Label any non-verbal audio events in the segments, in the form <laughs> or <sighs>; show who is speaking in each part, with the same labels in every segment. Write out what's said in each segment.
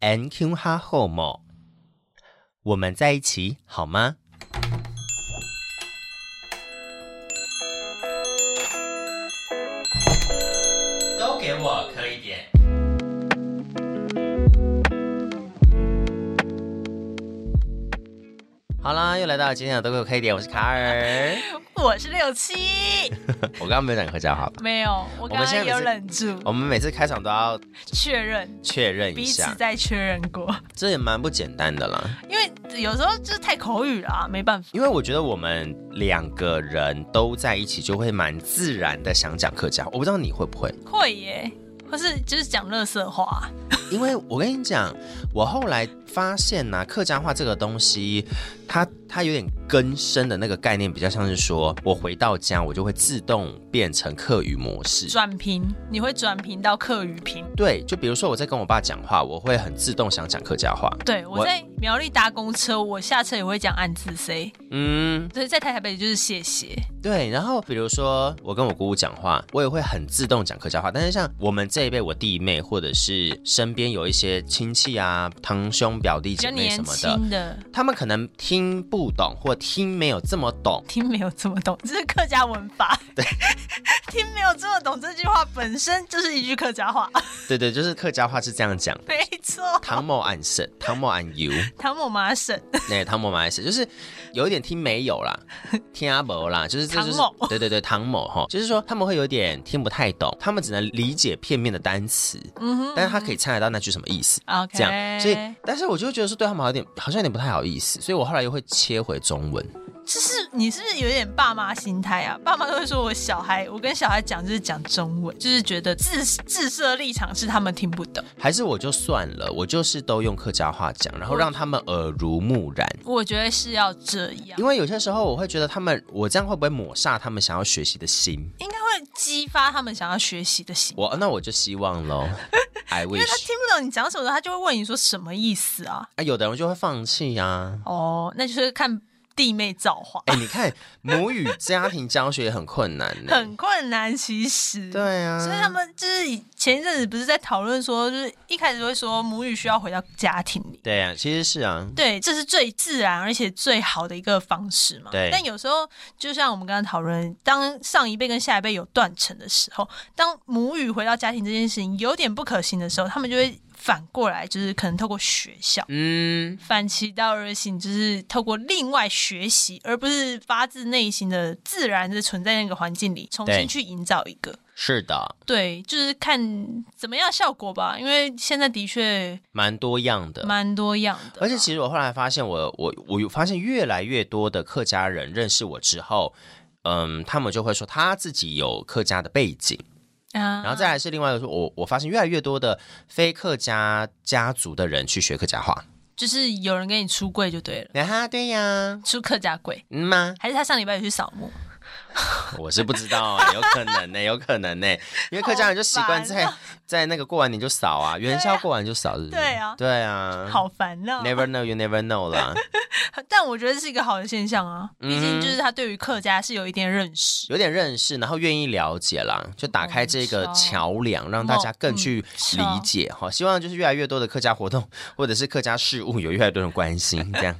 Speaker 1: NQ 哈后某，我们在一起好吗？都给我磕一点。好啦，又来到今天的都给我磕一点，我是卡尔。
Speaker 2: 我是六七，
Speaker 1: <laughs> 我刚刚没有讲你喝家好吧？
Speaker 2: 没有，我刚
Speaker 1: 我们现在
Speaker 2: 刚
Speaker 1: 每次
Speaker 2: 有忍住
Speaker 1: 我们每次开场都要
Speaker 2: 确认，
Speaker 1: 确认一
Speaker 2: 彼此
Speaker 1: 下，
Speaker 2: 再确认过，
Speaker 1: 这也蛮不简单的啦。
Speaker 2: 因为有时候就是太口语了、啊，没办法。
Speaker 1: 因为我觉得我们两个人都在一起，就会蛮自然的想讲客家话。我不知道你会不会，
Speaker 2: 会耶，或是就是讲乐色话，
Speaker 1: 因为我跟你讲，我后来发现呐、客家话这个东西，它它有点根深的那个概念，比较像是说我回到家，我就会自动变成客语模式。
Speaker 2: 转频，你会转频到客语频。
Speaker 1: 对，就比如说我在跟我爸讲话，我会很自动想讲客家话。
Speaker 2: 对，
Speaker 1: 我
Speaker 2: 我在苗栗搭公车，我下车也会讲暗字 C，
Speaker 1: 嗯，
Speaker 2: 所以在台北就是谢谢。
Speaker 1: 对，然后比如说我跟我姑姑讲话，我也会很自动讲客家话。但是像我们这一辈，我弟妹或者是身边有一些亲戚啊、堂兄表弟
Speaker 2: 比
Speaker 1: 姐
Speaker 2: 较
Speaker 1: 妹
Speaker 2: 年
Speaker 1: 什么的，
Speaker 2: 轻的
Speaker 1: 他们可能听不懂或听没有这么懂。
Speaker 2: 听没有这么懂，这是客家文法。对， <laughs> 听没有这么懂这句话本身就是一句客家话，
Speaker 1: 对对，就是客家话是这样讲。
Speaker 2: 没错。
Speaker 1: 唐某俺是，唐某俺油，
Speaker 2: 唐某麻省，
Speaker 1: 那唐某俺是，就是有一点听没有啦，听阿伯啦，就是这就是
Speaker 2: 唐某
Speaker 1: 对对对，唐某哈，就是说他们会有点听不太懂，他们只能理解片面的单词，
Speaker 2: 嗯哼嗯
Speaker 1: 但是他可以猜得到那句什么意思。
Speaker 2: OK，
Speaker 1: 这样，所以但是我就觉得说对他们好像有点好像有点不太好意思，所以我后来又会切回中文。
Speaker 2: 就是你是不是有点爸妈心态啊？爸妈都会说我小孩，我跟小孩讲就是讲中文，就是觉得自自设立场是他们听不懂。
Speaker 1: 还是我就算了，我就是都用客家话讲，然后让他们耳濡目染。
Speaker 2: 我觉得是要这样
Speaker 1: 因，为有些时候我会觉得他们，我这样会不会抹煞他们想要学习的心？
Speaker 2: 应该会激发他们想要学习的心。
Speaker 1: 我那我就希望
Speaker 2: <laughs>
Speaker 1: 喽，I
Speaker 2: 因为他
Speaker 1: wish。
Speaker 2: 听不懂你讲什么，他就会问你说什么意思啊？
Speaker 1: 啊，有的人就会放弃啊。
Speaker 2: 哦，那就是看弟妹造化，
Speaker 1: 哎、你看母语家庭教学也很困难呢、
Speaker 2: 很困难其实。。
Speaker 1: 对啊，
Speaker 2: 所以他们就是以前一阵子不是在讨论说，就是一开始会说母语需要回到家庭里，
Speaker 1: 对啊，其实是啊，
Speaker 2: 对，这是最自然而且最好的一个方式嘛。
Speaker 1: 对
Speaker 2: 但有时候，就像我们刚刚讨论，当上一辈跟下一辈有断层的时候，当母语回到家庭这件事情有点不可行的时候，他们就会反过来，就是可能透过学校。
Speaker 1: 嗯，
Speaker 2: 反其道而行，就是透过另外学习，而不是发自内心的、自然的存在那个环境里，重
Speaker 1: 对
Speaker 2: 新去营造一个。
Speaker 1: 是的，
Speaker 2: 对，就是看怎么样效果吧，因为现在的确
Speaker 1: 蛮多样的。
Speaker 2: 蛮多样的啦，
Speaker 1: 而且其实我后来发现我，我我有发现越来越多的客家人认识我之后，嗯，他们就会说他自己有客家的背景，
Speaker 2: 啊，
Speaker 1: 然后再来是另外一个说，我我发现越来越多的非客家家族的人去学客家话。
Speaker 2: 就是有人给你出柜就对了，
Speaker 1: 啊哈，对呀，
Speaker 2: 出客家柜，
Speaker 1: 嗯吗？
Speaker 2: 还是他上礼拜有去扫墓？
Speaker 1: 我是不知道啊，有可能呢、有可能呢、因为客家人就习惯在
Speaker 2: 好哦
Speaker 1: 在那个过完年就扫啊，元宵过完就扫，是不是？
Speaker 2: 对啊
Speaker 1: 对啊，
Speaker 2: 好烦哦、
Speaker 1: ，Never know you never know 啦。
Speaker 2: 但我觉得是一个好的现象啊，毕竟
Speaker 1: 嗯
Speaker 2: 就是他对于客家是有一点认识，
Speaker 1: 有点认识，然后愿意了解啦，就打开这个
Speaker 2: 哦
Speaker 1: 桥梁，让大家更去
Speaker 2: 是
Speaker 1: 理
Speaker 2: 哦
Speaker 1: 解哈。希望就是越来越多的客家活动或者是客家事务有越来越多人关心，这
Speaker 2: <laughs>
Speaker 1: 样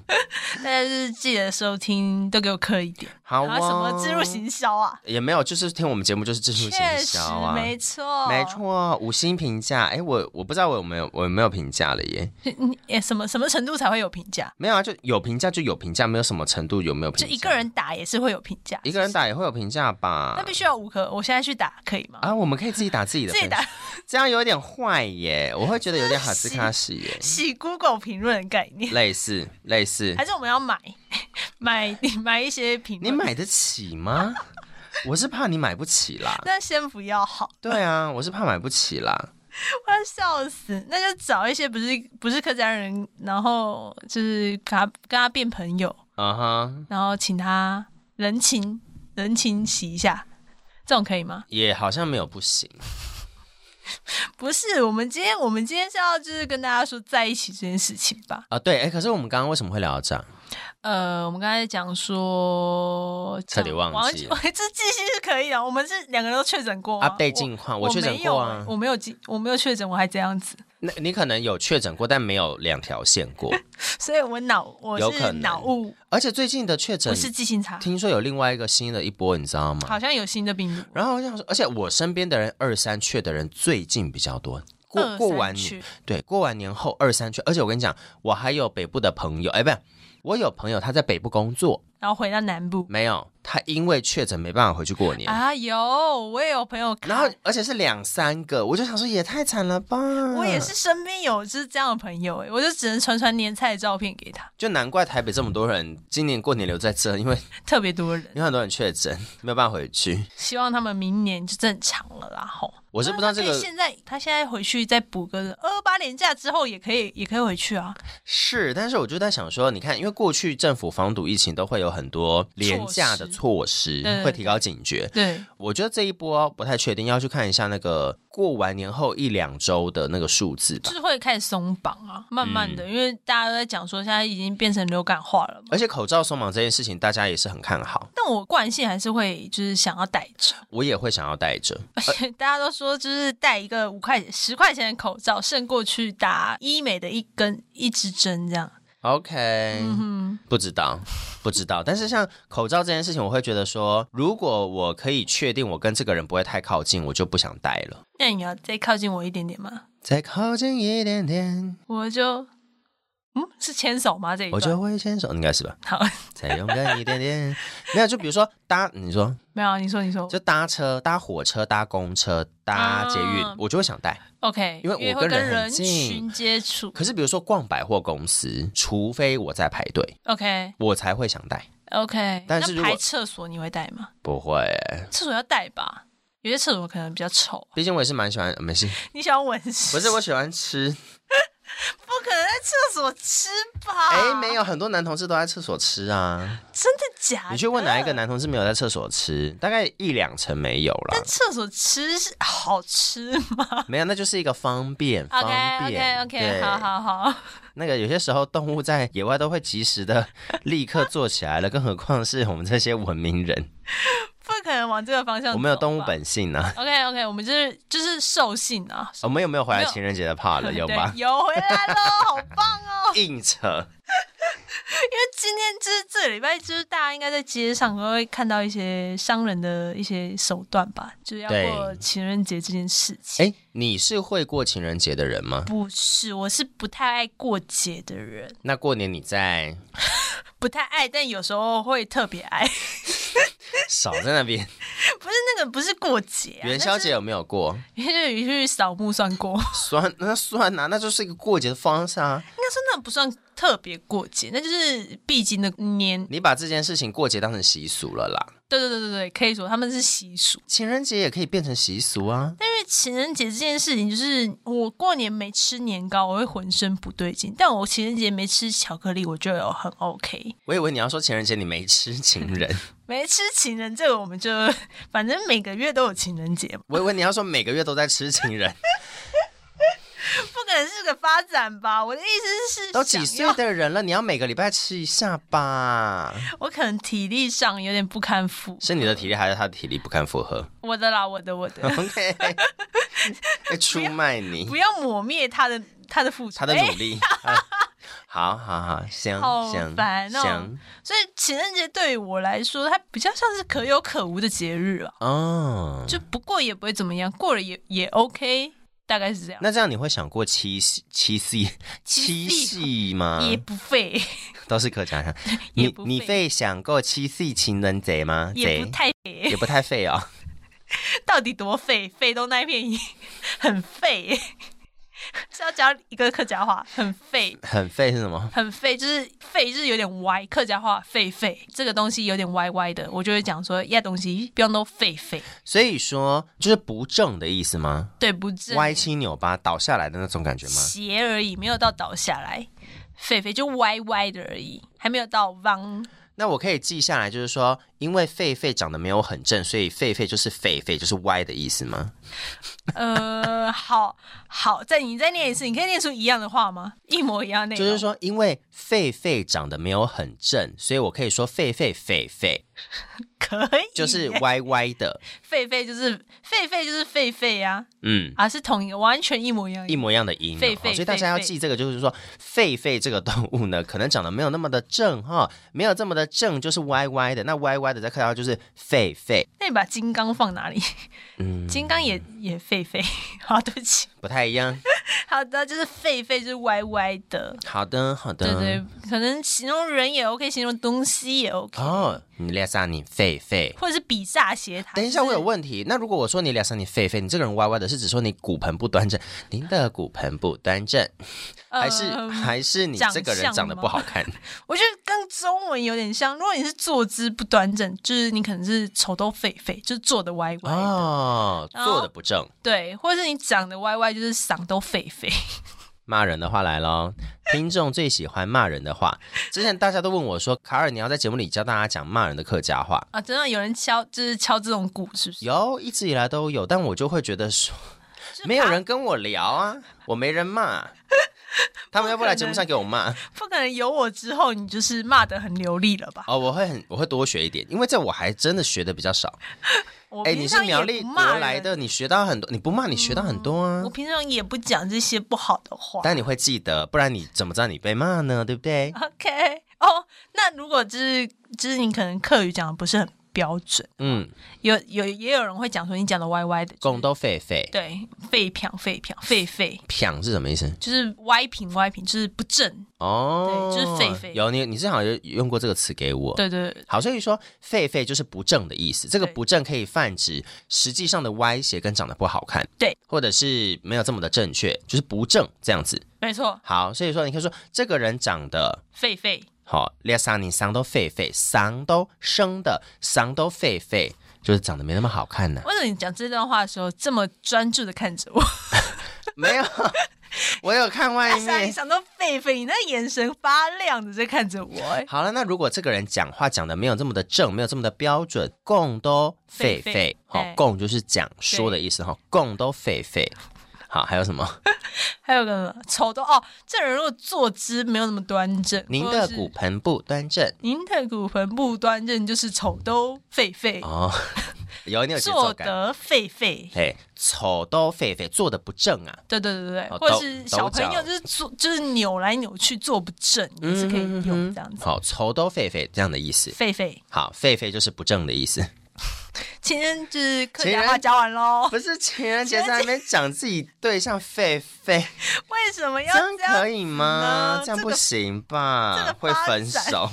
Speaker 2: 大家就是记得收听，都给我磕一点，
Speaker 1: 好
Speaker 2: 然后什么
Speaker 1: 哦
Speaker 2: 植入行销啊，
Speaker 1: 也没有，就是听我们节目就是自助
Speaker 2: 确
Speaker 1: 行
Speaker 2: 实
Speaker 1: 销啊，
Speaker 2: 没错，
Speaker 1: 没。错，五星评价，哎，我我不知道我有没有我有没有评价了耶，
Speaker 2: 你诶什么什么程度才会有评价？
Speaker 1: 没有啊，就有评价就有评价，没有什么程度有没有评
Speaker 2: 就
Speaker 1: 价，
Speaker 2: 一个人打也是会有评价，
Speaker 1: 一个人打也会有评价吧
Speaker 2: 那。必须要五颗，我现在去打可以吗？
Speaker 1: 啊，我们可以自己打自己的
Speaker 2: 自
Speaker 1: 分
Speaker 2: 己
Speaker 1: 数，
Speaker 2: 打，
Speaker 1: 这样有点坏耶，我会觉得有点哈斯卡西耶
Speaker 2: 洗 Google 评论的概念，
Speaker 1: 类似类似，
Speaker 2: 还是我们要买 <laughs> 买买一些评
Speaker 1: 你
Speaker 2: 论？
Speaker 1: 买得起吗？我是怕你买不起啦。
Speaker 2: 那先不要好。
Speaker 1: 对啊，我是怕买不起啦。
Speaker 2: 我要笑死！那就找一些不是不是客家人，然后就是跟他跟他变朋友，
Speaker 1: 嗯哼，
Speaker 2: 然后请他人情人情洗一下，这种可以吗？
Speaker 1: 也好像没有不行。
Speaker 2: 不是，我们今天我们今天是要就是跟大家说在一起这件事情吧。
Speaker 1: 啊，对，哎，可是我们刚刚为什么会聊到这样？
Speaker 2: 呃，我们刚才讲说
Speaker 1: 彻底忘记了
Speaker 2: 我 <laughs> 这记性是可以的。我们是两个人都确诊过吗
Speaker 1: update 近况，
Speaker 2: 哦我
Speaker 1: 我确诊
Speaker 2: 没有
Speaker 1: 过啊
Speaker 2: 欸，我没有记，我没有确诊，我还这样子，
Speaker 1: 那你可能有确诊过，但没有两条线
Speaker 2: <laughs>
Speaker 1: 过。
Speaker 2: 所以我脑我
Speaker 1: 有可
Speaker 2: 是
Speaker 1: 能
Speaker 2: 脑雾，
Speaker 1: 而且最近的确诊
Speaker 2: 不，是记性差，
Speaker 1: 听说有另外一个新的一波，你知道吗？
Speaker 2: 好像有新的病毒。
Speaker 1: 然后我想说，而且我身边的人二三确的人最近比较多。过
Speaker 2: 二
Speaker 1: 过
Speaker 2: 三
Speaker 1: 完年，
Speaker 2: 去
Speaker 1: 对，过完年后二三确，而且我跟你讲，我还有北部的朋友，哎，不是，我有朋友他在北部工作，
Speaker 2: 然后回到南部
Speaker 1: 没有，他因为确诊没办法回去过年，
Speaker 2: 啊，有我也有朋友
Speaker 1: 嗯
Speaker 2: 看，
Speaker 1: 然后而且是两三个，我就想说也太惨了吧。
Speaker 2: 我也是，身边有就是这样的朋友、欸，我就只能传传年菜的照片给他，
Speaker 1: 就难怪台北这么多人今年过年留在这，
Speaker 2: <laughs>
Speaker 1: 因为
Speaker 2: 特别多人，
Speaker 1: 因为很多人确诊没有办法回去。
Speaker 2: 希望他们明年就正常了啦，吼。啊
Speaker 1: 我是不知道
Speaker 2: 那
Speaker 1: 这
Speaker 2: 他可以
Speaker 1: 个
Speaker 2: 现在他现在回去再补个二八年假之后也可以，也可以回
Speaker 1: <laughs>
Speaker 2: 去啊。
Speaker 1: 是，但是我就在想说，你看，因为过去政府防堵疫情都会有很多廉价的措施，
Speaker 2: 对对
Speaker 1: 会提高警觉。
Speaker 2: 对，
Speaker 1: 我觉得这一波不太确定，要去看一下那个过完年后一两周的那个数字吧
Speaker 2: 就。是会开始松绑啊，慢慢
Speaker 1: 嗯
Speaker 2: 的，因为大家都在讲说现在已经变成流感化了嘛。
Speaker 1: 而且口罩松绑这件事情，大家也是很看好，
Speaker 2: 但我惯性还是会就是想要戴着，
Speaker 1: 我也会想要戴着。
Speaker 2: 而且大家都说就是戴一个五块钱、十块钱的口罩，胜过去打医美的一根一支针这样。
Speaker 1: OK，、
Speaker 2: 嗯
Speaker 1: 不知道，不知道。但是像口罩这件事情，我会觉得说，如果我可以确定我跟这个人不会太靠近，我就不想戴了。
Speaker 2: 哼，那你要再靠近我一点点吗？
Speaker 1: 再靠近一点点，
Speaker 2: 我就，嗯，是牵手吗？这一
Speaker 1: 我
Speaker 2: 段
Speaker 1: 就会牵手，应该是吧？
Speaker 2: 好， <laughs>
Speaker 1: 再勇敢一点点。没有，就比如说搭，你说
Speaker 2: 没有啊，你说你说
Speaker 1: 就搭车、搭火车、搭公车、搭捷运，
Speaker 2: 啊
Speaker 1: 我就会想戴。
Speaker 2: ，OK，
Speaker 1: 因为我
Speaker 2: 会
Speaker 1: 跟
Speaker 2: 跟
Speaker 1: 人很
Speaker 2: 人
Speaker 1: 近
Speaker 2: 群接触
Speaker 1: 可是比如说逛百货公司，除非我在排队，
Speaker 2: ，OK。
Speaker 1: 我才会想戴。
Speaker 2: OK，
Speaker 1: 但是
Speaker 2: 那
Speaker 1: 如
Speaker 2: 排
Speaker 1: 果
Speaker 2: 厕所你会带吗？
Speaker 1: 不会，
Speaker 2: 厕所要带吧，有些厕所可能比较臭。
Speaker 1: 毕竟我也是蛮喜欢，呃没
Speaker 2: <laughs>
Speaker 1: 事，
Speaker 2: 你想闻？不
Speaker 1: 不是我喜欢吃。
Speaker 2: 不可能在厕所吃吧？
Speaker 1: 哎、没，有，很多男同志都在厕所吃啊。
Speaker 2: 真的假的？
Speaker 1: 你去问哪一个？男同志没有在厕所吃？大概一两成没有啦
Speaker 2: 但。厕所吃是好吃吗
Speaker 1: 没有，那就是一个方便，方
Speaker 2: ？OK
Speaker 1: 便。
Speaker 2: OK
Speaker 1: 对
Speaker 2: OK，好好好， <laughs>
Speaker 1: 那个有些时候动物在野外都会及时的 <laughs> 立刻坐起来了，更何况是我们这些文明
Speaker 2: <laughs>
Speaker 1: 人，
Speaker 2: 不可能往这个方向。
Speaker 1: 我们有动物。本性呢、啊。
Speaker 2: OK OK，我们就是就是兽性
Speaker 1: <laughs>
Speaker 2: 啊。
Speaker 1: 我们有没有回来
Speaker 2: 没有
Speaker 1: 情人节的怕了？有
Speaker 2: <laughs> 对
Speaker 1: 吗？
Speaker 2: 有回来喽， <laughs> 好棒哦！
Speaker 1: 硬扯，
Speaker 2: 因为今天就是这个礼拜，就是大家应该在街上都会看到一些商人的一些手段吧，就是要
Speaker 1: 对
Speaker 2: 过情人节这件事情。
Speaker 1: 哎，你是会过情人节的人吗？
Speaker 2: 不是，我是不太爱过节的人，
Speaker 1: 那过年你在
Speaker 2: 不太爱，但有时候会特别爱。 <laughs>
Speaker 1: 少在那边，
Speaker 2: 不是那个，不是过节、啊，
Speaker 1: 元宵节有没有过？
Speaker 2: 那是，因为 <laughs> 去扫墓算过。应
Speaker 1: 算那算啊，那就是一个过节的方式啊。
Speaker 2: 该说那不算特别过节，那就是必经的年。
Speaker 1: 你把这件事情过节当成习俗了啦，
Speaker 2: 对对对对对，可以说他们是习俗。
Speaker 1: 情人节也可以变成习俗啊。
Speaker 2: 但因为情人节这件事情，就是我过年没吃年糕，我会浑身不对劲；但我情人节没吃巧克力，我就有很 OK。
Speaker 1: 我以为你要说情人节你没吃情人，
Speaker 2: 没吃情人这个，我们就反正每个月都有情人节嘛，
Speaker 1: 我以为你要说每个月都在吃情人，
Speaker 2: 不可能是个发展吧？我的意思是，
Speaker 1: 都几岁的人了，你要每个礼拜吃一下吧。
Speaker 2: 我可能体力上有点不堪负，
Speaker 1: 是你的体力还是他的体力不堪负
Speaker 2: <laughs>
Speaker 1: 荷
Speaker 2: 我的啦，我的，我
Speaker 1: <laughs>
Speaker 2: 的，
Speaker 1: ？OK，会出卖你
Speaker 2: 不，要抹灭他的他的付出，
Speaker 1: 他的
Speaker 2: 哎
Speaker 1: 努
Speaker 2: <laughs>
Speaker 1: 力。啊好好好，香
Speaker 2: 好
Speaker 1: 香
Speaker 2: 烦哦
Speaker 1: 香
Speaker 2: 所以情人节对于我来说，它比较像是可有可无的节日啊，
Speaker 1: 哦。
Speaker 2: 就不过也不会怎么样，过了也也 OK，大概是这样，
Speaker 1: 那这样你会想过七夕七夕
Speaker 2: 七
Speaker 1: 七
Speaker 2: 夕
Speaker 1: 夕吗？
Speaker 2: 也不废，
Speaker 1: 都是客家
Speaker 2: <laughs>
Speaker 1: 腔。
Speaker 2: 也
Speaker 1: 你
Speaker 2: 不
Speaker 1: 你
Speaker 2: 废
Speaker 1: 会想过七夕情人节吗？
Speaker 2: 也
Speaker 1: 贼
Speaker 2: 不太
Speaker 1: <laughs>
Speaker 2: 废，
Speaker 1: 也不太费哦。
Speaker 2: 到底多废？废都那一片也 <laughs> 很废， <laughs> 是要讲一个客家话，很废。
Speaker 1: 很费是什么？
Speaker 2: 很废，就是废，就是有点歪。客家话“废废”这个东西有点歪歪的，我就会讲说，呀，东西不用都废废，
Speaker 1: 所以说就是不正的意思吗？
Speaker 2: 对不正
Speaker 1: 歪七扭八倒下来的那种感觉吗？
Speaker 2: 斜而已，没有到倒下来。狒狒就歪歪的而已，还没有到汪。
Speaker 1: 那我可以记下来，就是说因为狒狒长得没有很正，所以狒狒就是狒狒，就是歪的意思吗？
Speaker 2: 呃， <laughs> 好好，再你再念一次，你可以念出一样的话吗？一模一样内
Speaker 1: 就
Speaker 2: 容。
Speaker 1: 是说，因为狒狒长得没有很正，所以我可以说狒狒狒
Speaker 2: <laughs>
Speaker 1: 狒，
Speaker 2: 可以，
Speaker 1: 就是歪歪的，
Speaker 2: 狒狒就是狒狒就是狒狒呀，
Speaker 1: 嗯，
Speaker 2: 啊是同一个，完全一模一样。
Speaker 1: 一模一样的音哦、
Speaker 2: 狒狒
Speaker 1: 好所以大家要
Speaker 2: 狒狒
Speaker 1: 记这个，就是说狒狒这个动物呢，可能长得没有那么的正哈、没有这么的正，就是歪歪的。那歪歪的在看到就是狒狒，
Speaker 2: 那你把金刚放哪里？
Speaker 1: 嗯，
Speaker 2: 金刚也也狒狒。 <laughs> 好，对不起。
Speaker 1: 不太一样。
Speaker 2: 好的，就是狒狒就是歪歪的。
Speaker 1: 好的，好的，
Speaker 2: 对对，可能形容人也 OK，形容东西也 OK，
Speaker 1: 哦，你俩上你狒狒。
Speaker 2: 或者是比煞斜塔。
Speaker 1: 等一下，
Speaker 2: 就是
Speaker 1: 我有问题。那如果我说你俩上你狒狒，你这个人歪歪的，是指说你骨盆不端正？您的骨盆不端正，还是、
Speaker 2: 呃
Speaker 1: 还是你
Speaker 2: 长
Speaker 1: 这个人
Speaker 2: 相
Speaker 1: 长得
Speaker 2: 吗
Speaker 1: 不好看？
Speaker 2: 我觉得跟中文有点像。如果你是坐姿不端正，就是你可能是丑都狒狒，就是坐的 <laughs> 歪歪的。
Speaker 1: 哦，
Speaker 2: 然后
Speaker 1: 做的不正。
Speaker 2: 对，或者是你长得歪歪，就是嗓都狒狒。
Speaker 1: 骂人的话来喽，听众最喜欢骂人的话。之前大家都问我说，卡尔，你要在节目里教大家讲骂人的客家话。
Speaker 2: <laughs> 啊，真的有人敲，就是敲这种鼓，是不是？
Speaker 1: 有，一直以来都有，但我就会觉得说，没有人跟我聊啊，我没人骂，
Speaker 2: <laughs>
Speaker 1: 他们要不来节目上给我骂。
Speaker 2: 不可能有我之后，你就是骂得很流利了吧？
Speaker 1: 哦，我会很，我会多学一点，因为这我还真的学的比较少。
Speaker 2: 我
Speaker 1: 哎，
Speaker 2: 平
Speaker 1: 你是
Speaker 2: 常也
Speaker 1: 苗栗
Speaker 2: 不骂
Speaker 1: 得
Speaker 2: 人嗯
Speaker 1: 来，的，你学到很多，你不骂你学到很多啊
Speaker 2: 我，平常也不讲这些不好的话。
Speaker 1: 但你会记得，不然你怎么知道你被骂呢？对不
Speaker 2: <laughs>
Speaker 1: 对？
Speaker 2: OK，哦，那如果就是就是你可能客语讲的不是很标准，
Speaker 1: 嗯，
Speaker 2: 有有也有人会讲说你讲的歪歪的，
Speaker 1: 共都狒狒，
Speaker 2: 对，废瓢废瓢废废，
Speaker 1: 瞟是什么意思？
Speaker 2: 就是歪平歪平，就是不正。
Speaker 1: 哦，
Speaker 2: 对就是狒狒
Speaker 1: 有你，你正好有用过这个词给我。，
Speaker 2: 对对对
Speaker 1: 好，所以说狒狒就是不正的意思。这个
Speaker 2: 对
Speaker 1: 不正可以泛指实际上的歪斜跟长得不好看，
Speaker 2: 对，
Speaker 1: 或者是没有这么的正确，就是不正这样子。
Speaker 2: 没错，
Speaker 1: 好，所以说你可以说这个人长得。
Speaker 2: 废废
Speaker 1: 好，列桑尼桑都狒狒，桑都生的，桑都狒狒，就是长得没那么好看呢、
Speaker 2: 为什么你讲这段话的时候这么专注的看着我？
Speaker 1: 没有，我有看外
Speaker 2: 想你
Speaker 1: 面。
Speaker 2: <laughs> 想到狒狒，你那眼神发亮的在看着我、哎，
Speaker 1: 好了，那如果这个人讲话讲的没有这么的正，没有这么的标准，共都狒
Speaker 2: 狒
Speaker 1: 狒
Speaker 2: 狒，
Speaker 1: 好、
Speaker 2: 哎
Speaker 1: 共就是讲说的意思哈，共都狒狒。好，还有什么？
Speaker 2: 还有个丑都哦，这人如果坐姿没有那么端正，
Speaker 1: 您
Speaker 2: 或
Speaker 1: 的
Speaker 2: 者是
Speaker 1: 骨盆不端正
Speaker 2: 您的骨盆不端正，就是丑都狒狒，
Speaker 1: 哦， <laughs> 有你有节奏
Speaker 2: 坐
Speaker 1: 感。
Speaker 2: 得狒狒。
Speaker 1: 哎，丑都狒狒，做的不正啊。
Speaker 2: 对对对对对，
Speaker 1: 哦
Speaker 2: 或者
Speaker 1: 抖
Speaker 2: 是小朋
Speaker 1: 抖脚
Speaker 2: 友就是坐就是扭来扭去坐不正，也是可以
Speaker 1: 嗯
Speaker 2: 用这样子。
Speaker 1: 好，丑都狒狒这样的意思。
Speaker 2: 狒狒，
Speaker 1: 好，狒狒就是不正的意思。
Speaker 2: 情人就是客
Speaker 1: 情
Speaker 2: 家
Speaker 1: 人
Speaker 2: 话教完喽。
Speaker 1: <laughs> 不是情人节在那边讲自己对象狒狒，
Speaker 2: 为什 <laughs> 么要
Speaker 1: 这样
Speaker 2: 这样
Speaker 1: 可？以吗？这
Speaker 2: 这
Speaker 1: 样
Speaker 2: 个
Speaker 1: 不行吧？
Speaker 2: 这个
Speaker 1: 会
Speaker 2: 发展
Speaker 1: 分手，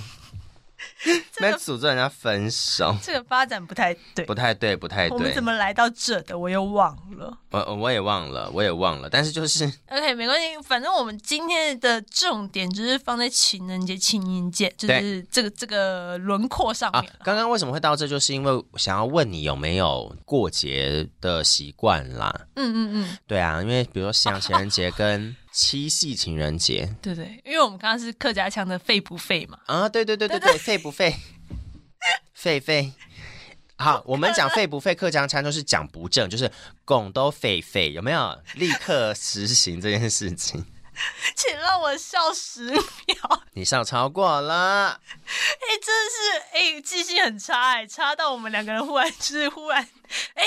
Speaker 2: <laughs> 这
Speaker 1: 那
Speaker 2: 个
Speaker 1: 诅咒人家分手，
Speaker 2: 这个发展不太对
Speaker 1: 不。太对，不太
Speaker 2: 我们
Speaker 1: 对
Speaker 2: 怎。么来到这的？我又忘了。
Speaker 1: 我我也忘了，我也忘了，但是就是
Speaker 2: OK，没关系，反正我们今天的重点就是放在情人节、情人节，就是这个这个轮廓上
Speaker 1: 啊
Speaker 2: 面了。，
Speaker 1: 刚刚为什么会到这，就是因为想要问你有没有过节的习惯啦。
Speaker 2: 嗯嗯嗯，
Speaker 1: 对啊，因为比如说像情人节跟七夕情人节
Speaker 2: 对对，因为我们刚刚是客家腔的废不废嘛？
Speaker 1: 啊，对对对对对，费不 <laughs> 费？费费。好，我们讲费不费客家餐就是讲不正，就是拱都费费，有没有立刻实行这件事情？
Speaker 2: 请让我笑十 <laughs> 秒。哎，
Speaker 1: 你上超过了，
Speaker 2: 真的是哎，记性很差哎，差到我们两个人忽然就是忽然哎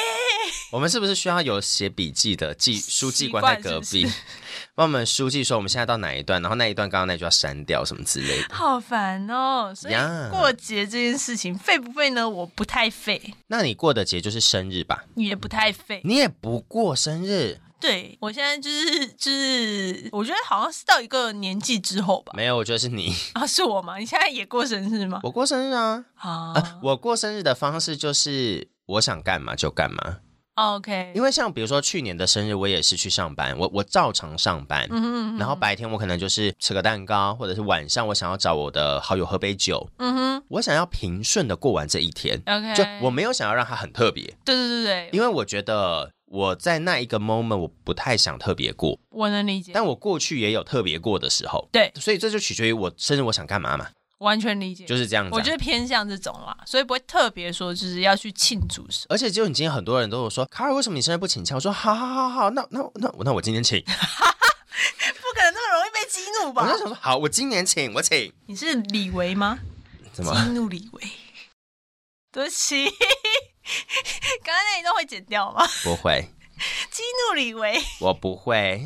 Speaker 1: 我们是不是需要有写笔记的记书记关在隔壁
Speaker 2: 习惯是不，
Speaker 1: 帮我们书记说我们现在到哪一段，然后那一段刚刚那句要删掉什么之类的。
Speaker 2: 好烦哦。所以
Speaker 1: 呀
Speaker 2: 过节这件事情废不废呢？我不太废，
Speaker 1: 那你过的节就是生日吧？
Speaker 2: 也不太废。
Speaker 1: 你也不过生日，
Speaker 2: 对我现在就是就是，我觉得好像是到一个年纪之后吧。
Speaker 1: 没有，我觉得是你。
Speaker 2: 啊，是我吗？你现在也过生日吗？
Speaker 1: 我过生日啊，
Speaker 2: 啊
Speaker 1: 我过生日的方式就是我想干嘛就干嘛。
Speaker 2: ，OK，
Speaker 1: 啊因为像比如说去年的生日，我也是去上班，我我照常上班。
Speaker 2: 嗯哼
Speaker 1: 然后白天我可能就是吃个蛋糕，或者是晚上我想要找我的好友喝杯酒，
Speaker 2: 嗯哼
Speaker 1: 我想要平顺的过完这一天，
Speaker 2: ，OK，
Speaker 1: 就我没有想要让它很特别，
Speaker 2: 对对对对，
Speaker 1: 因为我觉得我在那一个 moment 我不太想特别过，
Speaker 2: 我能理解。
Speaker 1: 但我过去也有特别过的时候，
Speaker 2: 对
Speaker 1: 所以这就取决于我生日我想干嘛嘛。
Speaker 2: 完全理解。
Speaker 1: 就是这样子、
Speaker 2: 我
Speaker 1: 啊
Speaker 2: 就。是偏向这种啦，所以不会特别说就是要去庆祝什么。
Speaker 1: 而且就你今天很多人都有说，卡尔为什么你生日不请假？我说好好好好，那那那那我今天请。
Speaker 2: 不可能那么容易被激怒
Speaker 1: 我
Speaker 2: 吧
Speaker 1: 就？想说好，我今年请，我请。
Speaker 2: 你是李维吗？
Speaker 1: 怎么？
Speaker 2: 激怒李维，对不起， <laughs> 刚刚那一段会剪掉吗？ <laughs>
Speaker 1: 不会，
Speaker 2: 激怒李维，但
Speaker 1: 我不会。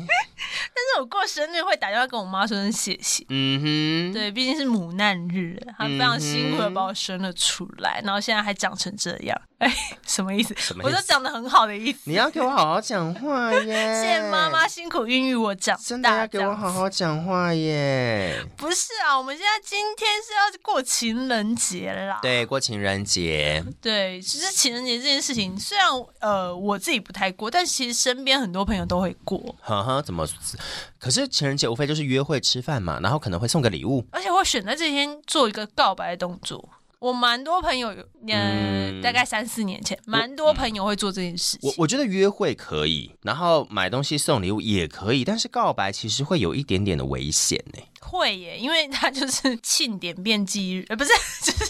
Speaker 2: 是我过生日会打电话跟我妈说声谢谢。
Speaker 1: <laughs> 嗯哼，
Speaker 2: 对，毕竟是母难日，她非常辛苦的把我生了出来，然后现在还长成这样， <laughs> 哎，什么意思？
Speaker 1: 什么意
Speaker 2: 我
Speaker 1: 思
Speaker 2: 说长得很好的意思，
Speaker 1: 你要给我好好讲话耶！ <laughs>
Speaker 2: 谢谢妈妈，辛苦孕育我长大，
Speaker 1: 真的要给
Speaker 2: 这
Speaker 1: 我
Speaker 2: 样
Speaker 1: 好好讲话耶！
Speaker 2: 不是啊，我们现在今天是要过情人节啦。
Speaker 1: 对，过情人节，
Speaker 2: 对，其实情人节这件事情，虽然呃我自己不太过，但其实身边很多朋友都会过，
Speaker 1: 呵呵，怎么？可是情人节无非就是约会、吃饭嘛，然后可能会送个礼物。
Speaker 2: 而且会选在这天做一个告白的动作。我蛮多朋友有，嗯、
Speaker 1: 嗯
Speaker 2: 大概三四年前，蛮多朋友会做这件事
Speaker 1: 我
Speaker 2: 情。
Speaker 1: 我觉得约会可以，然后买东西送礼物也可以，但是告白其实会有一点点的危险呢。
Speaker 2: 会耶，因为他就是庆典变忌日，呃，不是，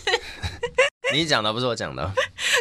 Speaker 2: <laughs>
Speaker 1: <laughs> 你讲的不是我讲的，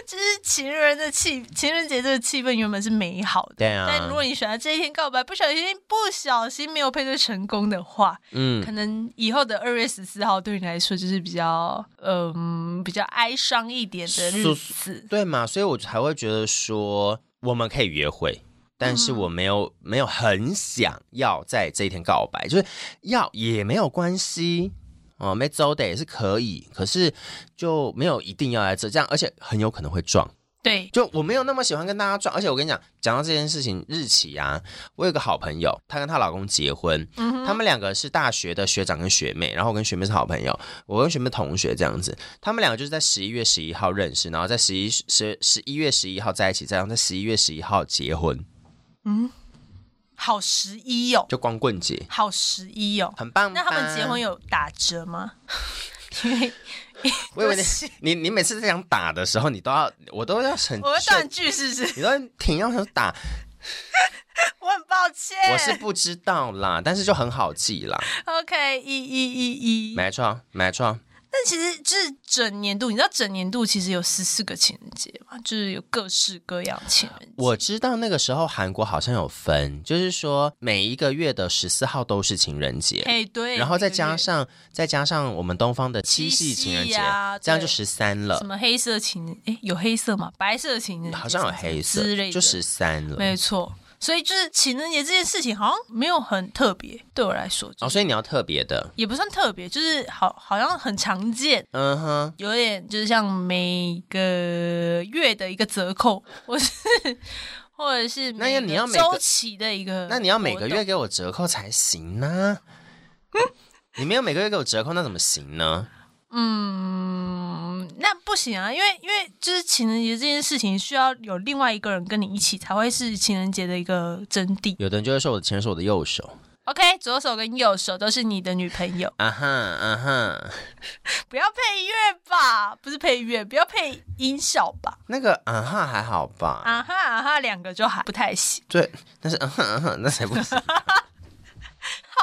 Speaker 2: 就是情人的气，情人节这个气氛原本是美好的。
Speaker 1: 对啊。
Speaker 2: 但如果你选在这一天告白，不小心不小心没有配对成功的话，
Speaker 1: 嗯
Speaker 2: 可能以后的二月十四号对你来说就是比较嗯、比较哀伤一点的日子。
Speaker 1: 对嘛，所以我才会觉得说我们可以约会，但
Speaker 2: 嗯
Speaker 1: 是我没有、没有很想要在这一天告白，就是要也没有关系。哦，没走的也是可以，可是就没有一定要来这这样，而且很有可能会撞。
Speaker 2: 对，
Speaker 1: 就我没有那么喜欢跟大家撞，而且我跟你讲，讲到这件事情日期啊，我有个好朋友，她跟她老公结婚，
Speaker 2: 嗯
Speaker 1: 他们两个是大学的学长跟学妹，然后我跟学妹是好朋友，我跟学妹同学这样子，他们两个就是在十一月十一号认识，然后在十一十十一月十一号在一起，再然后在十一月十一号结婚，
Speaker 2: 好十一哦，
Speaker 1: 就光棍节，
Speaker 2: 好十一哦。
Speaker 1: 很棒吧。
Speaker 2: 那他们结婚有打折吗？
Speaker 1: 我以为
Speaker 2: 对不起
Speaker 1: <laughs> 你你你每次在讲打的时候，你都要我都要很
Speaker 2: 我会断句是不是？
Speaker 1: 你都挺要想打，
Speaker 2: <laughs> 我很抱歉。
Speaker 1: 我是不知道啦，但是就很好记啦，
Speaker 2: OK 一一一一。
Speaker 1: 没错没错。
Speaker 2: 但其实就是整年度，你知道整年度其实有十四个情人节嘛，就是有各式各样情人节。
Speaker 1: 我知道那个时候韩国好像有分，就是说每一个月的十四号都是情人节，
Speaker 2: 哎对，
Speaker 1: 然后再
Speaker 2: 每个
Speaker 1: 加
Speaker 2: 月
Speaker 1: 上再加上我们东方的七夕情人
Speaker 2: 七
Speaker 1: 节
Speaker 2: 夕啊，
Speaker 1: 这样
Speaker 2: 对
Speaker 1: 就十三
Speaker 2: 什
Speaker 1: 了，
Speaker 2: 么黑色情人？哎，有黑色吗？白色情人节
Speaker 1: 好像有黑色
Speaker 2: 之类，的，
Speaker 1: 就十三了。
Speaker 2: 没错。所以就是情人节这件事情好像没有很特别，对我来说，
Speaker 1: 哦，
Speaker 2: 就是
Speaker 1: 所以你要特别的，
Speaker 2: 也不算特别，就是好好像很常见，
Speaker 1: 嗯哼，
Speaker 2: 有点就是像每个月的一个折扣， <laughs> 或是或者是
Speaker 1: 那要
Speaker 2: 每
Speaker 1: 你
Speaker 2: 个
Speaker 1: 要每个
Speaker 2: 周期的一个活动，
Speaker 1: 那你要每个月给我折扣才行呢、
Speaker 2: <laughs>
Speaker 1: 你没有每个月给我折扣，那怎么行呢？
Speaker 2: 嗯，那不行啊，因为因为就是情人节这件事情需要有另外一个人跟你一起才会是情人节的一个真谛。
Speaker 1: 有的人就会说我的情人是我的右手，
Speaker 2: OK，左手跟右手都是你的女朋友， <laughs>
Speaker 1: 啊哈啊哈，
Speaker 2: 不要配乐吧，不是配乐，不要配音效吧。
Speaker 1: 那个啊哈还好吧？
Speaker 2: 啊哈啊哈，两个就还不太行，
Speaker 1: 对，但是啊哈啊哈那才不行。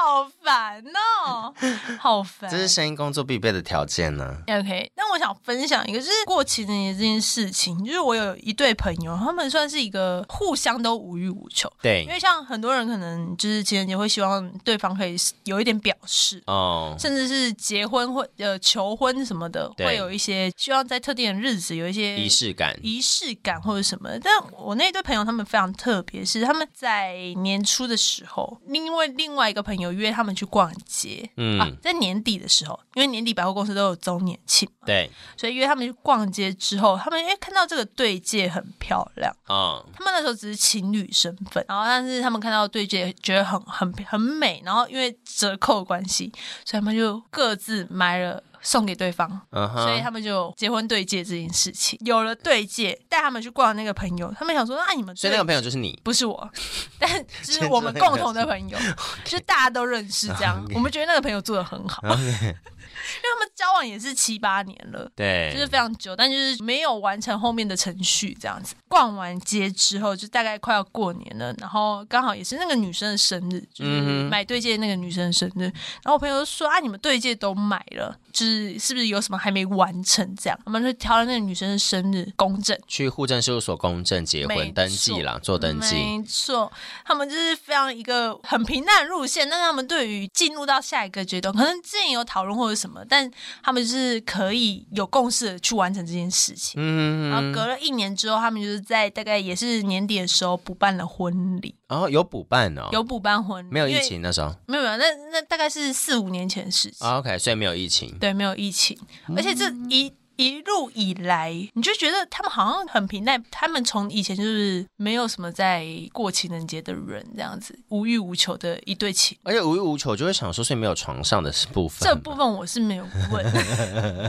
Speaker 2: 好烦哦，好
Speaker 1: <laughs>
Speaker 2: 烦
Speaker 1: 这。是声音工作必备的条件呢、
Speaker 2: OK，那我想分享一个，就是过情人节这件事情，就是我有一对朋友，他们算是一个互相都无欲无求，因
Speaker 1: 对，
Speaker 2: 为像很多人可能就是情人节会希望对方可以有一点表示，
Speaker 1: 哦，
Speaker 2: 甚至是结婚或呃求婚什么的，
Speaker 1: 对
Speaker 2: 会有一些希望在特定的日子有一些
Speaker 1: 仪式感，
Speaker 2: 仪式感或者什么的。但我那对朋友他们非常特别，是他们在年初的时候，因为另外一个朋友约他们去逛街。啊
Speaker 1: 嗯，，
Speaker 2: 在年底的时候，因为年底百货公司都有周年庆嘛，
Speaker 1: 对，
Speaker 2: 所以约他们去逛街之后，他们因为看到这个对戒很漂亮，
Speaker 1: 哦，
Speaker 2: 他们那时候只是情侣身份，然后但是他们看到对戒觉得很很很美，然后因为折扣的关系，所以他们就各自买了送给对方，
Speaker 1: 嗯
Speaker 2: 所以
Speaker 1: 哼，
Speaker 2: 他们就结婚对戒这件事情有了对戒，带他们去逛那个朋友，他们想说，那、你们
Speaker 1: 所以那个朋友就是你，
Speaker 2: 不是我， <laughs> 但就是我们共同的朋友，
Speaker 1: <laughs>
Speaker 2: 就是大家都认识这样。我们觉得那个朋友做的很好， <laughs> 因为他们交往也是七八年了。
Speaker 1: 对，
Speaker 2: 就是非常久，但就是没有完成后面的程序，这样子。逛完街之后，就大概快要过年了，然后刚好也是那个女生的生日，就是
Speaker 1: 嗯哼
Speaker 2: 买对戒那个女生的生日。然后我朋友就说：“啊，你们对戒都买了，就是就是是不是有什么还没完成这样。我们就挑了那个女生的生日公证。
Speaker 1: 去户政事务所公证结
Speaker 2: 没
Speaker 1: 婚登记啦，做登记。
Speaker 2: 没错，他们就是非常一个很平淡的路线，但是他们对于进入到下一个阶段，可能之前有讨论或者什么，但他们就是可以有共识的去完成这件事情。
Speaker 1: 嗯，
Speaker 2: 然后隔了一年之后，他们就是在大概也是年底的时候补办了婚礼，
Speaker 1: 然后有补办哦，
Speaker 2: 有补办婚礼，
Speaker 1: 没有疫
Speaker 2: 因为，
Speaker 1: 情那时候
Speaker 2: 没有没有，那那大概是四五年前的事情。
Speaker 1: 啊？OK，所以没嗯有疫情。
Speaker 2: 对，没有疫情，而且这一。一路以来，你就觉得他们好像很平淡，他们从以前就是没有什么在过情人节的人这样子，无欲无求的一对情。
Speaker 1: 而且无欲无求，就会想说，所以没有床上的部分。
Speaker 2: 这部分我是没有问，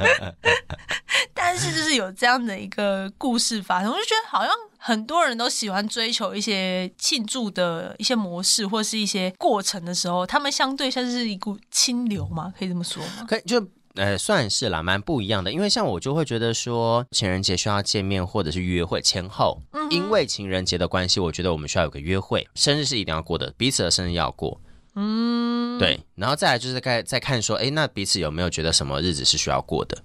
Speaker 2: <laughs> 但是就是有这样的一个故事发生，我就觉得好像很多人都喜欢追求一些庆祝的一些模式或是一些过程的时候，他们相对像是一股清流嘛，可以这么说吗？
Speaker 1: 可以就呃算是啦，蛮不一样的。因为像我就会觉得说，情人节需要见面或者是约会前后，因为情人节的关系，我觉得我们需要有个约会，生日是一定要过的，彼此的生日要过。嗯，对，然后再来就是再再看说，哎，那彼此有没有觉得什么日子是需要过的？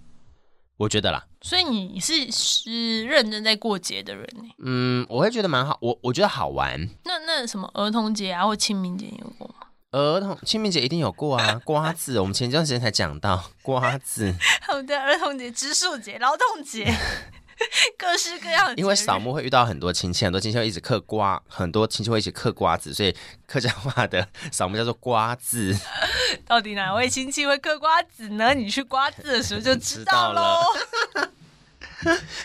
Speaker 1: 我觉得啦，
Speaker 2: 所以你是是认真在过节的人呢、
Speaker 1: 嗯，我会觉得蛮好，我我觉得好玩。
Speaker 2: 那那什么儿童节啊，或清明节有过吗？
Speaker 1: 儿童清明节一定有过啊，瓜子，我们前段时间才讲到瓜子，
Speaker 2: 好的，儿童节、植树节、劳动 <laughs> 节，各式
Speaker 1: <laughs>
Speaker 2: 各样的节日。
Speaker 1: 因为扫墓会遇到很多亲戚，很多亲戚会一直嗑瓜，很多亲戚会一起嗑瓜子，所以客家话的扫墓叫做瓜子。
Speaker 2: 到底哪位亲戚会嗑瓜子呢？你去瓜子的时候就知道
Speaker 1: <laughs> 知道
Speaker 2: 喽。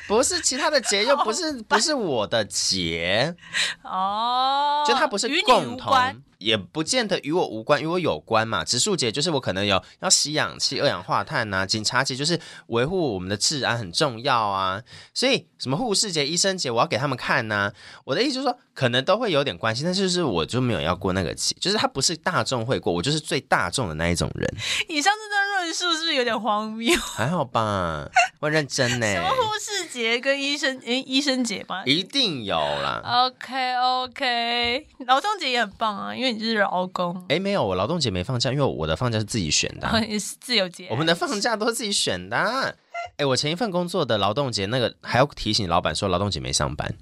Speaker 1: 不是其他的节，又不 <laughs> 是不是我的节，
Speaker 2: 哦，
Speaker 1: 就它不是
Speaker 2: 与你
Speaker 1: 共
Speaker 2: 无关
Speaker 1: 同。也不见得与我无关，与我有关嘛。植树节就是我可能有要吸氧气、二氧化碳呐、啊警察节就是维护我们的治安很重要啊。所以什么护士节、医生节，我要给他们看呐、我的意思就是说，可能都会有点关系，但是就是我就没有要过那个节，就是它不是大众会过，我就是最大众的那一种人。
Speaker 2: 以上这段论述是不是有点
Speaker 1: <laughs>
Speaker 2: 荒谬？
Speaker 1: 还好吧，我很认真呢，
Speaker 2: 什么护士节跟医生诶医生节吗
Speaker 1: 一定有
Speaker 2: 哦
Speaker 1: 啦。
Speaker 2: ？OK OK，劳动节也很棒啊，因为你就是劳工，
Speaker 1: 哎，没有，我劳动节没放假，因为我的放假是自己选的
Speaker 2: 然
Speaker 1: 啊、
Speaker 2: 后也是自由节。
Speaker 1: 我们的放假都是自己选的啊、哎，我前一份工作的劳动节那个还要提醒老板说劳动节没上班，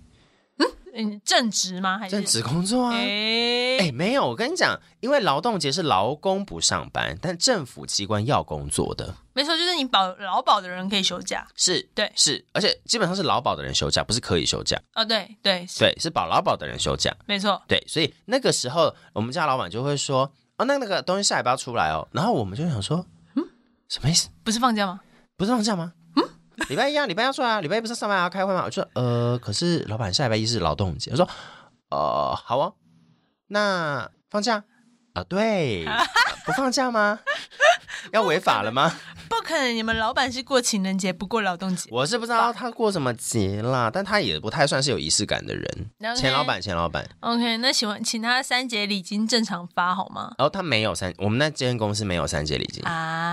Speaker 2: 嗯，正职吗？还是
Speaker 1: 正职工作啊。
Speaker 2: 哎、
Speaker 1: 哎，没有，我跟你讲，因为劳动节是劳工不上班，但政府机关要工作的，
Speaker 2: 没错，就是你保劳保的人可以休假
Speaker 1: 是
Speaker 2: 对
Speaker 1: 是，而且基本上是劳保的人休假，不是可以休假，
Speaker 2: 哦，对对是，
Speaker 1: 对，是保劳保的人休假。
Speaker 2: 没错，
Speaker 1: 对，所以那个时候我们家老板就会说：“哦，那那个东西下礼拜要出来哦。”然后我们就想说：“嗯，什么意思？
Speaker 2: 不是放假吗？
Speaker 1: 不是放假吗？嗯，礼拜一啊，礼拜一要出来啊，礼拜一不是上班还要开会吗？”我就说：“呃，可是老板下礼拜一是劳动节。”我说：“呃，好哦，那放假啊？对，啊不放假
Speaker 2: <laughs>
Speaker 1: 吗？要违法了吗？
Speaker 2: 不可能，你们老板是过情人节不过劳动节。
Speaker 1: 我是不知道他过什么节啦，但他也不太算是有仪式感的人。
Speaker 2: OK
Speaker 1: 钱老板，钱老板，
Speaker 2: OK，那请问，请他三节礼金正常发好吗？
Speaker 1: 然后他没有三，我们那间公司没有三节礼金。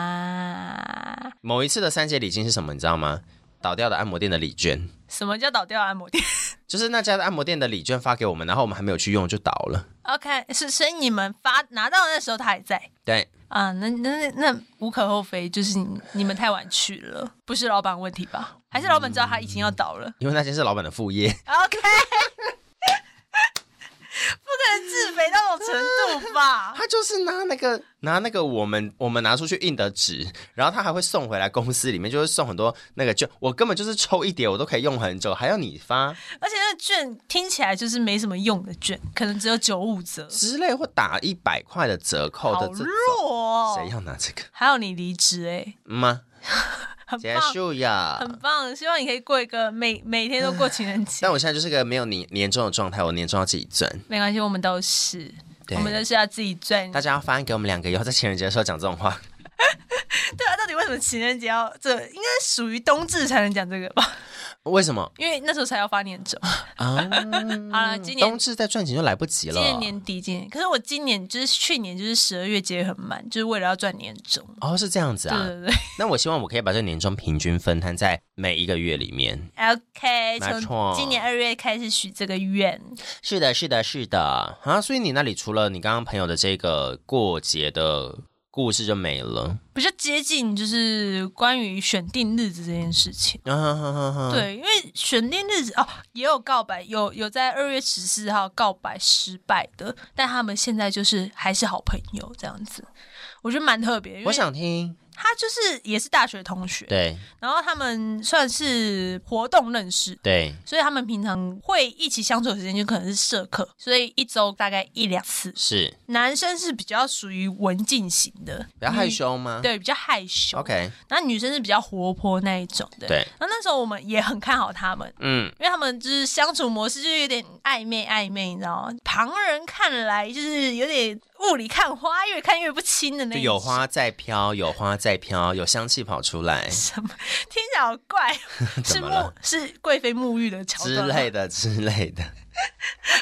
Speaker 2: 啊，
Speaker 1: 某一次的三节礼金是什么，你知道吗？倒掉的按摩店的礼券，
Speaker 2: 什么叫倒掉按摩店
Speaker 1: 就是那家的按摩店的礼券发给我们，然后我们还没有去用就倒了。
Speaker 2: ？OK，是所以你们发拿到的那时候他还在
Speaker 1: 对，
Speaker 2: 啊，那那那那无可厚非，就是你你们太晚去了，不是老板问题吧？还是老板知道他已经要倒了、
Speaker 1: 因为那间是老板的副
Speaker 2: <laughs>
Speaker 1: 业，
Speaker 2: o k 不
Speaker 1: 嗯
Speaker 2: <laughs> 可能自肥到这种程度吧？
Speaker 1: 他就是拿那个 <laughs> 拿那个我们我们拿出去印的纸，然后他还会送回来公司里面，就会送很多那个券。我根本就是抽一叠，我都可以用很久，还要你发
Speaker 2: 而且那个券听起来就是没什么用的券，可能只有九五折，
Speaker 1: 之类，或打一百块的折扣
Speaker 2: 好
Speaker 1: 的这种，
Speaker 2: 弱
Speaker 1: 谁
Speaker 2: 哦。
Speaker 1: 要拿这个
Speaker 2: 还有你离职哎，
Speaker 1: 嗯吗？
Speaker 2: 很
Speaker 1: 结
Speaker 2: 棒。
Speaker 1: 束呀！
Speaker 2: 很棒，希望你可以过一个每每天都过情人节
Speaker 1: 但。我现在就是个没有年年终的状态，我年终要自己赚。
Speaker 2: 没关系，我们都是，
Speaker 1: 对
Speaker 2: 我们都是要自己赚。
Speaker 1: 大家要发案给我们两个，以后在情人节的时候讲这种话。
Speaker 2: 对啊，到底为什么情人节要这？应该属于冬至才能讲这个吧？
Speaker 1: 为什么
Speaker 2: 因为那时候才要发年终。
Speaker 1: 啊？
Speaker 2: 好了，今年
Speaker 1: 冬至再赚钱就来不及
Speaker 2: 今
Speaker 1: 了。
Speaker 2: 年年底，今年可是我今年就是去年就是十二月结很慢，就是为了要赚年终。
Speaker 1: 哦，是这样子
Speaker 2: 对
Speaker 1: 啊。
Speaker 2: 对对
Speaker 1: 那我希望我可以把这个年终平均分摊在每一个月里面。
Speaker 2: ，OK，
Speaker 1: 没
Speaker 2: 从
Speaker 1: 错
Speaker 2: 今年二月开始许这个愿。
Speaker 1: 是的，是的，是的。啊，所以你那里除了你刚刚朋友的这个过节的故事就没了。
Speaker 2: 比较接近就是关于选定日子这件事情。
Speaker 1: 啊哈哈哈哈，
Speaker 2: 对，因为选定日子哦，也有告白，有有在二月十四号告白失败的，但他们现在就是还是好朋友这样子，我觉得蛮特别。因为
Speaker 1: 我想听。
Speaker 2: 他就是也是大学同学，
Speaker 1: 对
Speaker 2: 然后他们算是活动认识，
Speaker 1: 对，
Speaker 2: 所以他们平常会一起相处的时间就可能是社课，所以一周大概一两次。
Speaker 1: 是
Speaker 2: 男生是比较属于文静型的，
Speaker 1: 比较害羞吗？
Speaker 2: 女，嗯对，比较害羞。
Speaker 1: ，OK，
Speaker 2: 然后女生是比较活泼那一种的。。
Speaker 1: 对，
Speaker 2: 然后那时候我们也很看好他们，
Speaker 1: 嗯，
Speaker 2: 因为他们就是相处模式就是有点暧昧暧昧，你知道吗？旁人看来就是有点雾里看花，越看越不清的那
Speaker 1: 就
Speaker 2: 一
Speaker 1: 有
Speaker 2: 种
Speaker 1: 花在飘，有花在飘，有香气跑出来
Speaker 2: 什么 <laughs> 听起来好怪，是
Speaker 1: <laughs> 怎么
Speaker 2: 沐
Speaker 1: 了
Speaker 2: 是贵妃沐浴的桥
Speaker 1: 之
Speaker 2: 段吗
Speaker 1: 类的之类
Speaker 2: <laughs>
Speaker 1: 的。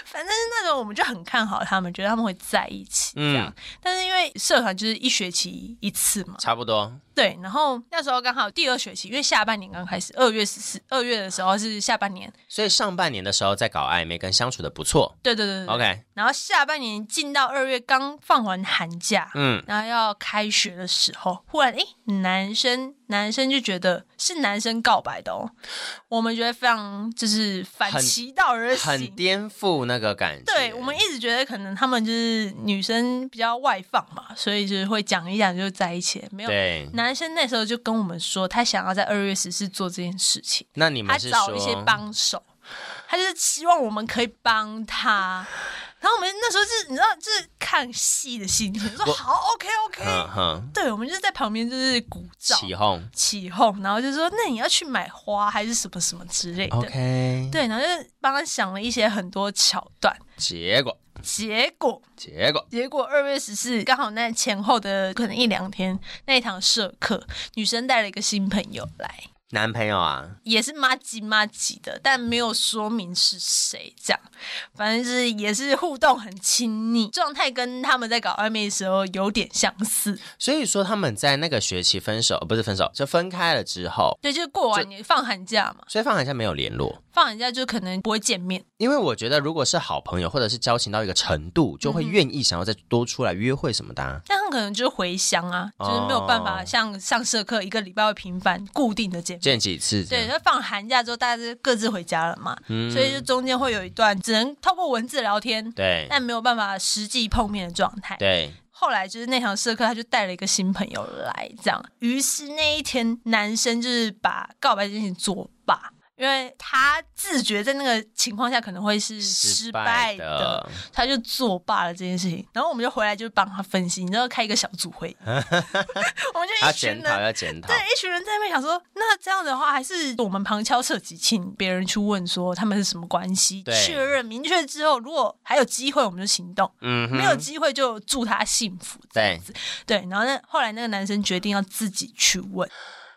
Speaker 2: 反正是那种我们就很看好他们，觉得他们会在一起这样。
Speaker 1: 嗯
Speaker 2: 但是因为社团就是一学期一次嘛，
Speaker 1: 差不多，
Speaker 2: 对。然后那时候刚好第二学期，因为下半年刚开始，二月十四二月的时候是下半年，
Speaker 1: 所以上半年的时候在搞暧昧，跟相处的不错。
Speaker 2: 对对对对。
Speaker 1: OK，
Speaker 2: 然后下半年进到二月刚放完寒假，
Speaker 1: 嗯，
Speaker 2: 然后要开学的时候，忽然诶，男生男生就觉得是男生告白的哦，我们觉得非常就是反
Speaker 1: 很
Speaker 2: 其道而
Speaker 1: 很
Speaker 2: 行。
Speaker 1: 颠覆那个感觉。
Speaker 2: 对我们一直觉得可能他们就是女生比较外放嘛，所以就是会讲一讲就在一起，没有。
Speaker 1: 对，
Speaker 2: 男生那时候就跟我们说，他想要在二月十四做这件事情，
Speaker 1: 那你
Speaker 2: 他
Speaker 1: 们是
Speaker 2: 找一些
Speaker 1: 说，
Speaker 2: 帮手，他就是希望我们可以帮他。然后我们那时候是，你知道，就是看戏的心情，说
Speaker 1: 我
Speaker 2: 好，OK OK，、
Speaker 1: 嗯哼，
Speaker 2: 对，我们就是在旁边就是鼓掌
Speaker 1: 起哄
Speaker 2: 起哄，然后就说那你要去买花还是什么什么之类的。
Speaker 1: ，OK，，
Speaker 2: 对，然后就帮他想了一些很多桥段，
Speaker 1: 结果
Speaker 2: 结果
Speaker 1: 结果
Speaker 2: 结果二月十四刚好那前后的可能一两天那一堂社课，女生带了一个新朋友来，
Speaker 1: 男朋友啊，
Speaker 2: 也是妈吉妈吉的，但没有说明是谁，这样反正就是也是互动很亲密，状态跟他们在搞暧昧的时候有点相似。
Speaker 1: 所以说他们在那个学期分手，呃不是分手，就分开了之后，
Speaker 2: 对，就是过完年放寒假嘛，
Speaker 1: 所以放寒假没有联络。
Speaker 2: 放寒假就可能不会见面。
Speaker 1: 因为我觉得，如果是好朋友或者是交情到一个程度，就
Speaker 2: 嗯
Speaker 1: 会愿意想要再多出来约会什么的啊、
Speaker 2: 但他们可能就是回乡啊，就
Speaker 1: 哦
Speaker 2: 是没有办法像上社课一个礼拜会频繁固定的见面。
Speaker 1: 见几次这
Speaker 2: 对，
Speaker 1: 样。
Speaker 2: 就放寒假之后，大家就各自回家了嘛，所以就中间会有一段只能透过文字聊天，
Speaker 1: 嗯对
Speaker 2: 但没有办法实际碰面的状态。
Speaker 1: 对，
Speaker 2: 后来就是那堂社课，他就带了一个新朋友来，这样，于是那一天男生就是把告白这件事情作罢。因为他自觉在那个情况下可能会是失败的，
Speaker 1: 的。
Speaker 2: 他就作罢了这件事情。然后我们就回来就帮他分析，你知道开一个小组
Speaker 1: <laughs>
Speaker 2: 会，我们就
Speaker 1: 他
Speaker 2: 一群
Speaker 1: 检讨
Speaker 2: 人。
Speaker 1: 要检讨
Speaker 2: 对，，一群人在那边想说，那这样的话，还是我们旁敲侧击，请别人去问说他们是什么关系，
Speaker 1: 对
Speaker 2: 确认明确之后，如果还有机会，我们就行动；
Speaker 1: 嗯哼，
Speaker 2: 没有机会，就祝他幸福。
Speaker 1: 对，
Speaker 2: 对，然后呢，后来那个男生决定要自己去问，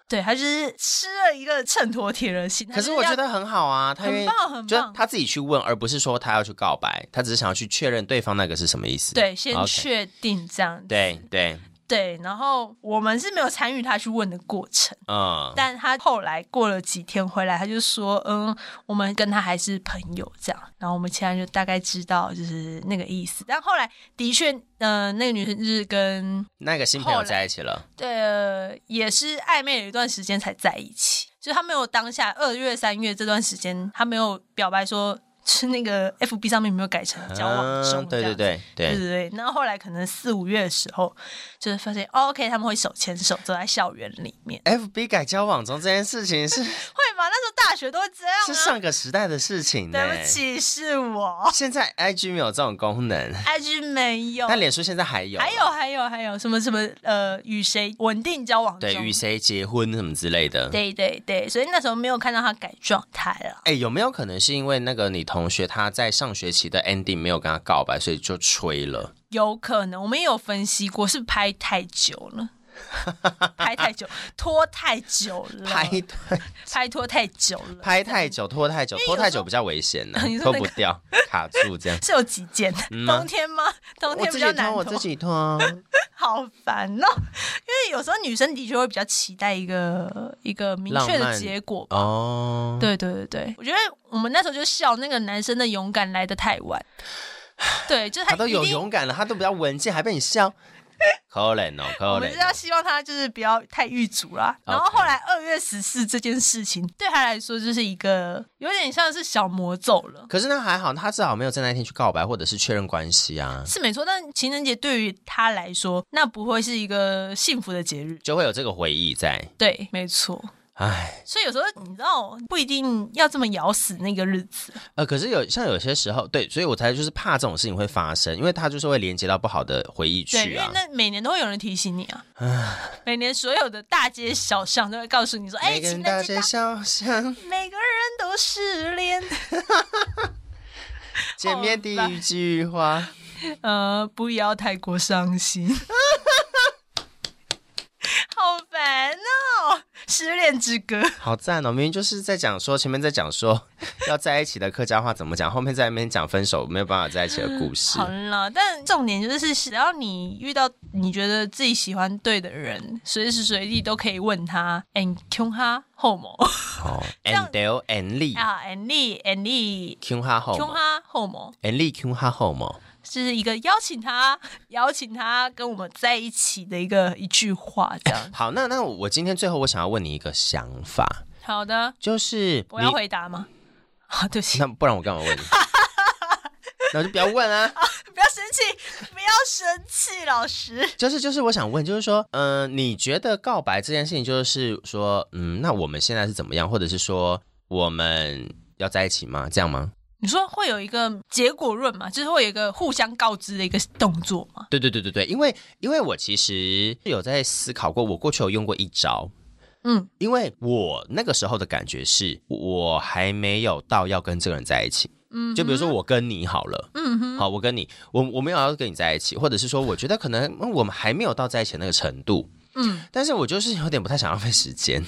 Speaker 2: 对他就是吃了一个秤砣铁了心。他
Speaker 1: 可是
Speaker 2: 就
Speaker 1: 我
Speaker 2: 要
Speaker 1: 觉得很好啊，他愿
Speaker 2: 很
Speaker 1: 意。
Speaker 2: 棒，很
Speaker 1: 就
Speaker 2: 棒。
Speaker 1: 他自己去问，而不是说他要去告白，他只是想要去确认对方那个是什么意思。
Speaker 2: 对，先
Speaker 1: OK
Speaker 2: 确定这样子。
Speaker 1: 对对，
Speaker 2: 对，然后我们是没有参与他去问的过程，
Speaker 1: 嗯，
Speaker 2: 但他后来过了几天回来，他就说，嗯，我们跟他还是朋友这样。然后我们现在就大概知道就是那个意思，但后来的确，呃，那个女生就是跟
Speaker 1: 那个新朋
Speaker 2: 后
Speaker 1: 友
Speaker 2: 来
Speaker 1: 在一起了，
Speaker 2: 对、呃也是暧昧了一段时间才在一起，就他没有当下二月、三月这段时间，他没有表白说。是那个 F B 上面没有改成交往中、
Speaker 1: 嗯对
Speaker 2: 这
Speaker 1: 对
Speaker 2: 样子
Speaker 1: 对
Speaker 2: 对
Speaker 1: 对，
Speaker 2: 对对。那后来可能四五月的时候，就是发现、哦、OK，他们会手牵手走在校园里面，
Speaker 1: FB 改交往中这件事情
Speaker 2: <laughs>
Speaker 1: 是是
Speaker 2: 会吗？那时候大学都会这样啊。
Speaker 1: 上个时代的事情呢。
Speaker 2: 对不起，是我 <laughs>
Speaker 1: 现在 IG 没有这种功能，
Speaker 2: IG 没有，
Speaker 1: 但脸书现在还有，啊
Speaker 2: 还有还有还有什么什么呃，与谁稳定交往中？
Speaker 1: 对与谁结婚什么之类的。
Speaker 2: 对对对，所以那时候没有看到他改状态了。
Speaker 1: 哎，有没有可能是因为那个你同学他在上学期的 ending 没有跟他告白，所以就吹了？
Speaker 2: 有可能，我们也有分析过，是不是拍太久
Speaker 1: <laughs>
Speaker 2: 了。拍太久，拖太久了，
Speaker 1: 拍
Speaker 2: 拍拖太久了，
Speaker 1: 拍太久，拖太久，拖太久比较危
Speaker 2: <laughs>
Speaker 1: 险呢、
Speaker 2: 你说
Speaker 1: 拖
Speaker 2: 那
Speaker 1: 不
Speaker 2: 个。
Speaker 1: 掉，卡住这样
Speaker 2: 是有几件？
Speaker 1: 嗯吗
Speaker 2: 冬天吗？冬
Speaker 1: 我
Speaker 2: 天
Speaker 1: 自
Speaker 2: 比
Speaker 1: 己
Speaker 2: 较难
Speaker 1: 拖，我自
Speaker 2: <laughs>
Speaker 1: 己拖。啊
Speaker 2: 好烦哦。因为有时候女生的确会比较期待一个一个明确
Speaker 1: 浪
Speaker 2: 的
Speaker 1: 漫
Speaker 2: 结果。
Speaker 1: 哦，
Speaker 2: 对对对对，我觉得我们那时候就笑那个男生
Speaker 1: <sighs>
Speaker 2: 的勇敢来的太晚。对，就是
Speaker 1: 他都
Speaker 2: 一
Speaker 1: 有
Speaker 2: 定
Speaker 1: 勇敢了，他都比较文静，还被你笑。可怜哦，可
Speaker 2: 我
Speaker 1: 怜
Speaker 2: 们是要
Speaker 1: 哦。
Speaker 2: 希望他就是不要太狱卒啦。然后
Speaker 1: OK
Speaker 2: 后来二月十四这件事情对他来说就是一个有点像是小魔咒了。
Speaker 1: 可是那还好，他至少没有在那天去告白或者是确认关系啊，
Speaker 2: 是没错，但情人节对于他来说，那不会是一个幸福的节日。
Speaker 1: 就会有这个回忆在。
Speaker 2: 对，没错。
Speaker 1: 唉，
Speaker 2: 所以有时候你知道，不一定要这么咬死那个日子。
Speaker 1: 呃，可是有像有些时候，对，所以我才就是怕这种事情会发生，因为它就是会连接到不好的回忆
Speaker 2: 对，
Speaker 1: 去
Speaker 2: 因为
Speaker 1: 啊。
Speaker 2: 那每年都会有人提醒你啊，每年所有的大街小巷都会告诉你说，哎、
Speaker 1: 每个人
Speaker 2: 情
Speaker 1: 大
Speaker 2: 人节
Speaker 1: 街
Speaker 2: 到，
Speaker 1: 小巷
Speaker 2: 每个人都失恋。
Speaker 1: 见面第一句话，
Speaker 2: 呃，不要太过伤心。 <laughs> 好烦哦，失恋之歌。
Speaker 1: 好赞哦！明明就是在讲说前面在讲
Speaker 2: <laughs>
Speaker 1: 说要在一起的客家话怎么讲，后面在那边讲分手没有办法在一起的故事
Speaker 2: 好。了，但重点就是，只要你遇到你觉得自己喜欢对的人，随时随地都可以问他，and 哎 q 他后某 <laughs>
Speaker 1: 哦
Speaker 2: 样
Speaker 1: ，and Dale and Lee
Speaker 2: 啊，and 你 and 你
Speaker 1: Q 哈
Speaker 2: q
Speaker 1: 后
Speaker 2: 他后某，
Speaker 1: ，and Lee Q 哈后吗？
Speaker 2: 就是一个邀请他， <laughs> 邀请他跟我们在一起的一个一句话，这样。
Speaker 1: 好，那那我我今天最后我想要问你一个想法，
Speaker 2: 好的，
Speaker 1: 就是
Speaker 2: 我要
Speaker 1: 你
Speaker 2: 回答吗？ <laughs> 啊，对不
Speaker 1: <laughs>
Speaker 2: 起，
Speaker 1: 那不然我干嘛
Speaker 2: <laughs>
Speaker 1: 问你？那我就不要问啊。
Speaker 2: 不要生气， <laughs> 不要生气，老师。
Speaker 1: 就是就是，我想问，就是说，嗯、你觉得告白这件事情，就是说，嗯，那我们现在是怎么样，或者是说我们要在一起吗？这样吗？
Speaker 2: 你说会有一个结果论嘛？就是会有一个互相告知的一个动作嘛？
Speaker 1: 对对对对对，因为因为我其实有在思考过，我过去有用过一招，
Speaker 2: 嗯，
Speaker 1: 因为我那个时候的感觉是我还没有到要跟这个人在一起。嗯，就比如说我跟你好了，嗯哼，好，我跟你，我我没有要跟你在一起，或者是说，我觉得可能嗯我们还没有到在一起的那个程度，
Speaker 2: 嗯，
Speaker 1: 但是我就是有点不太想浪费时间，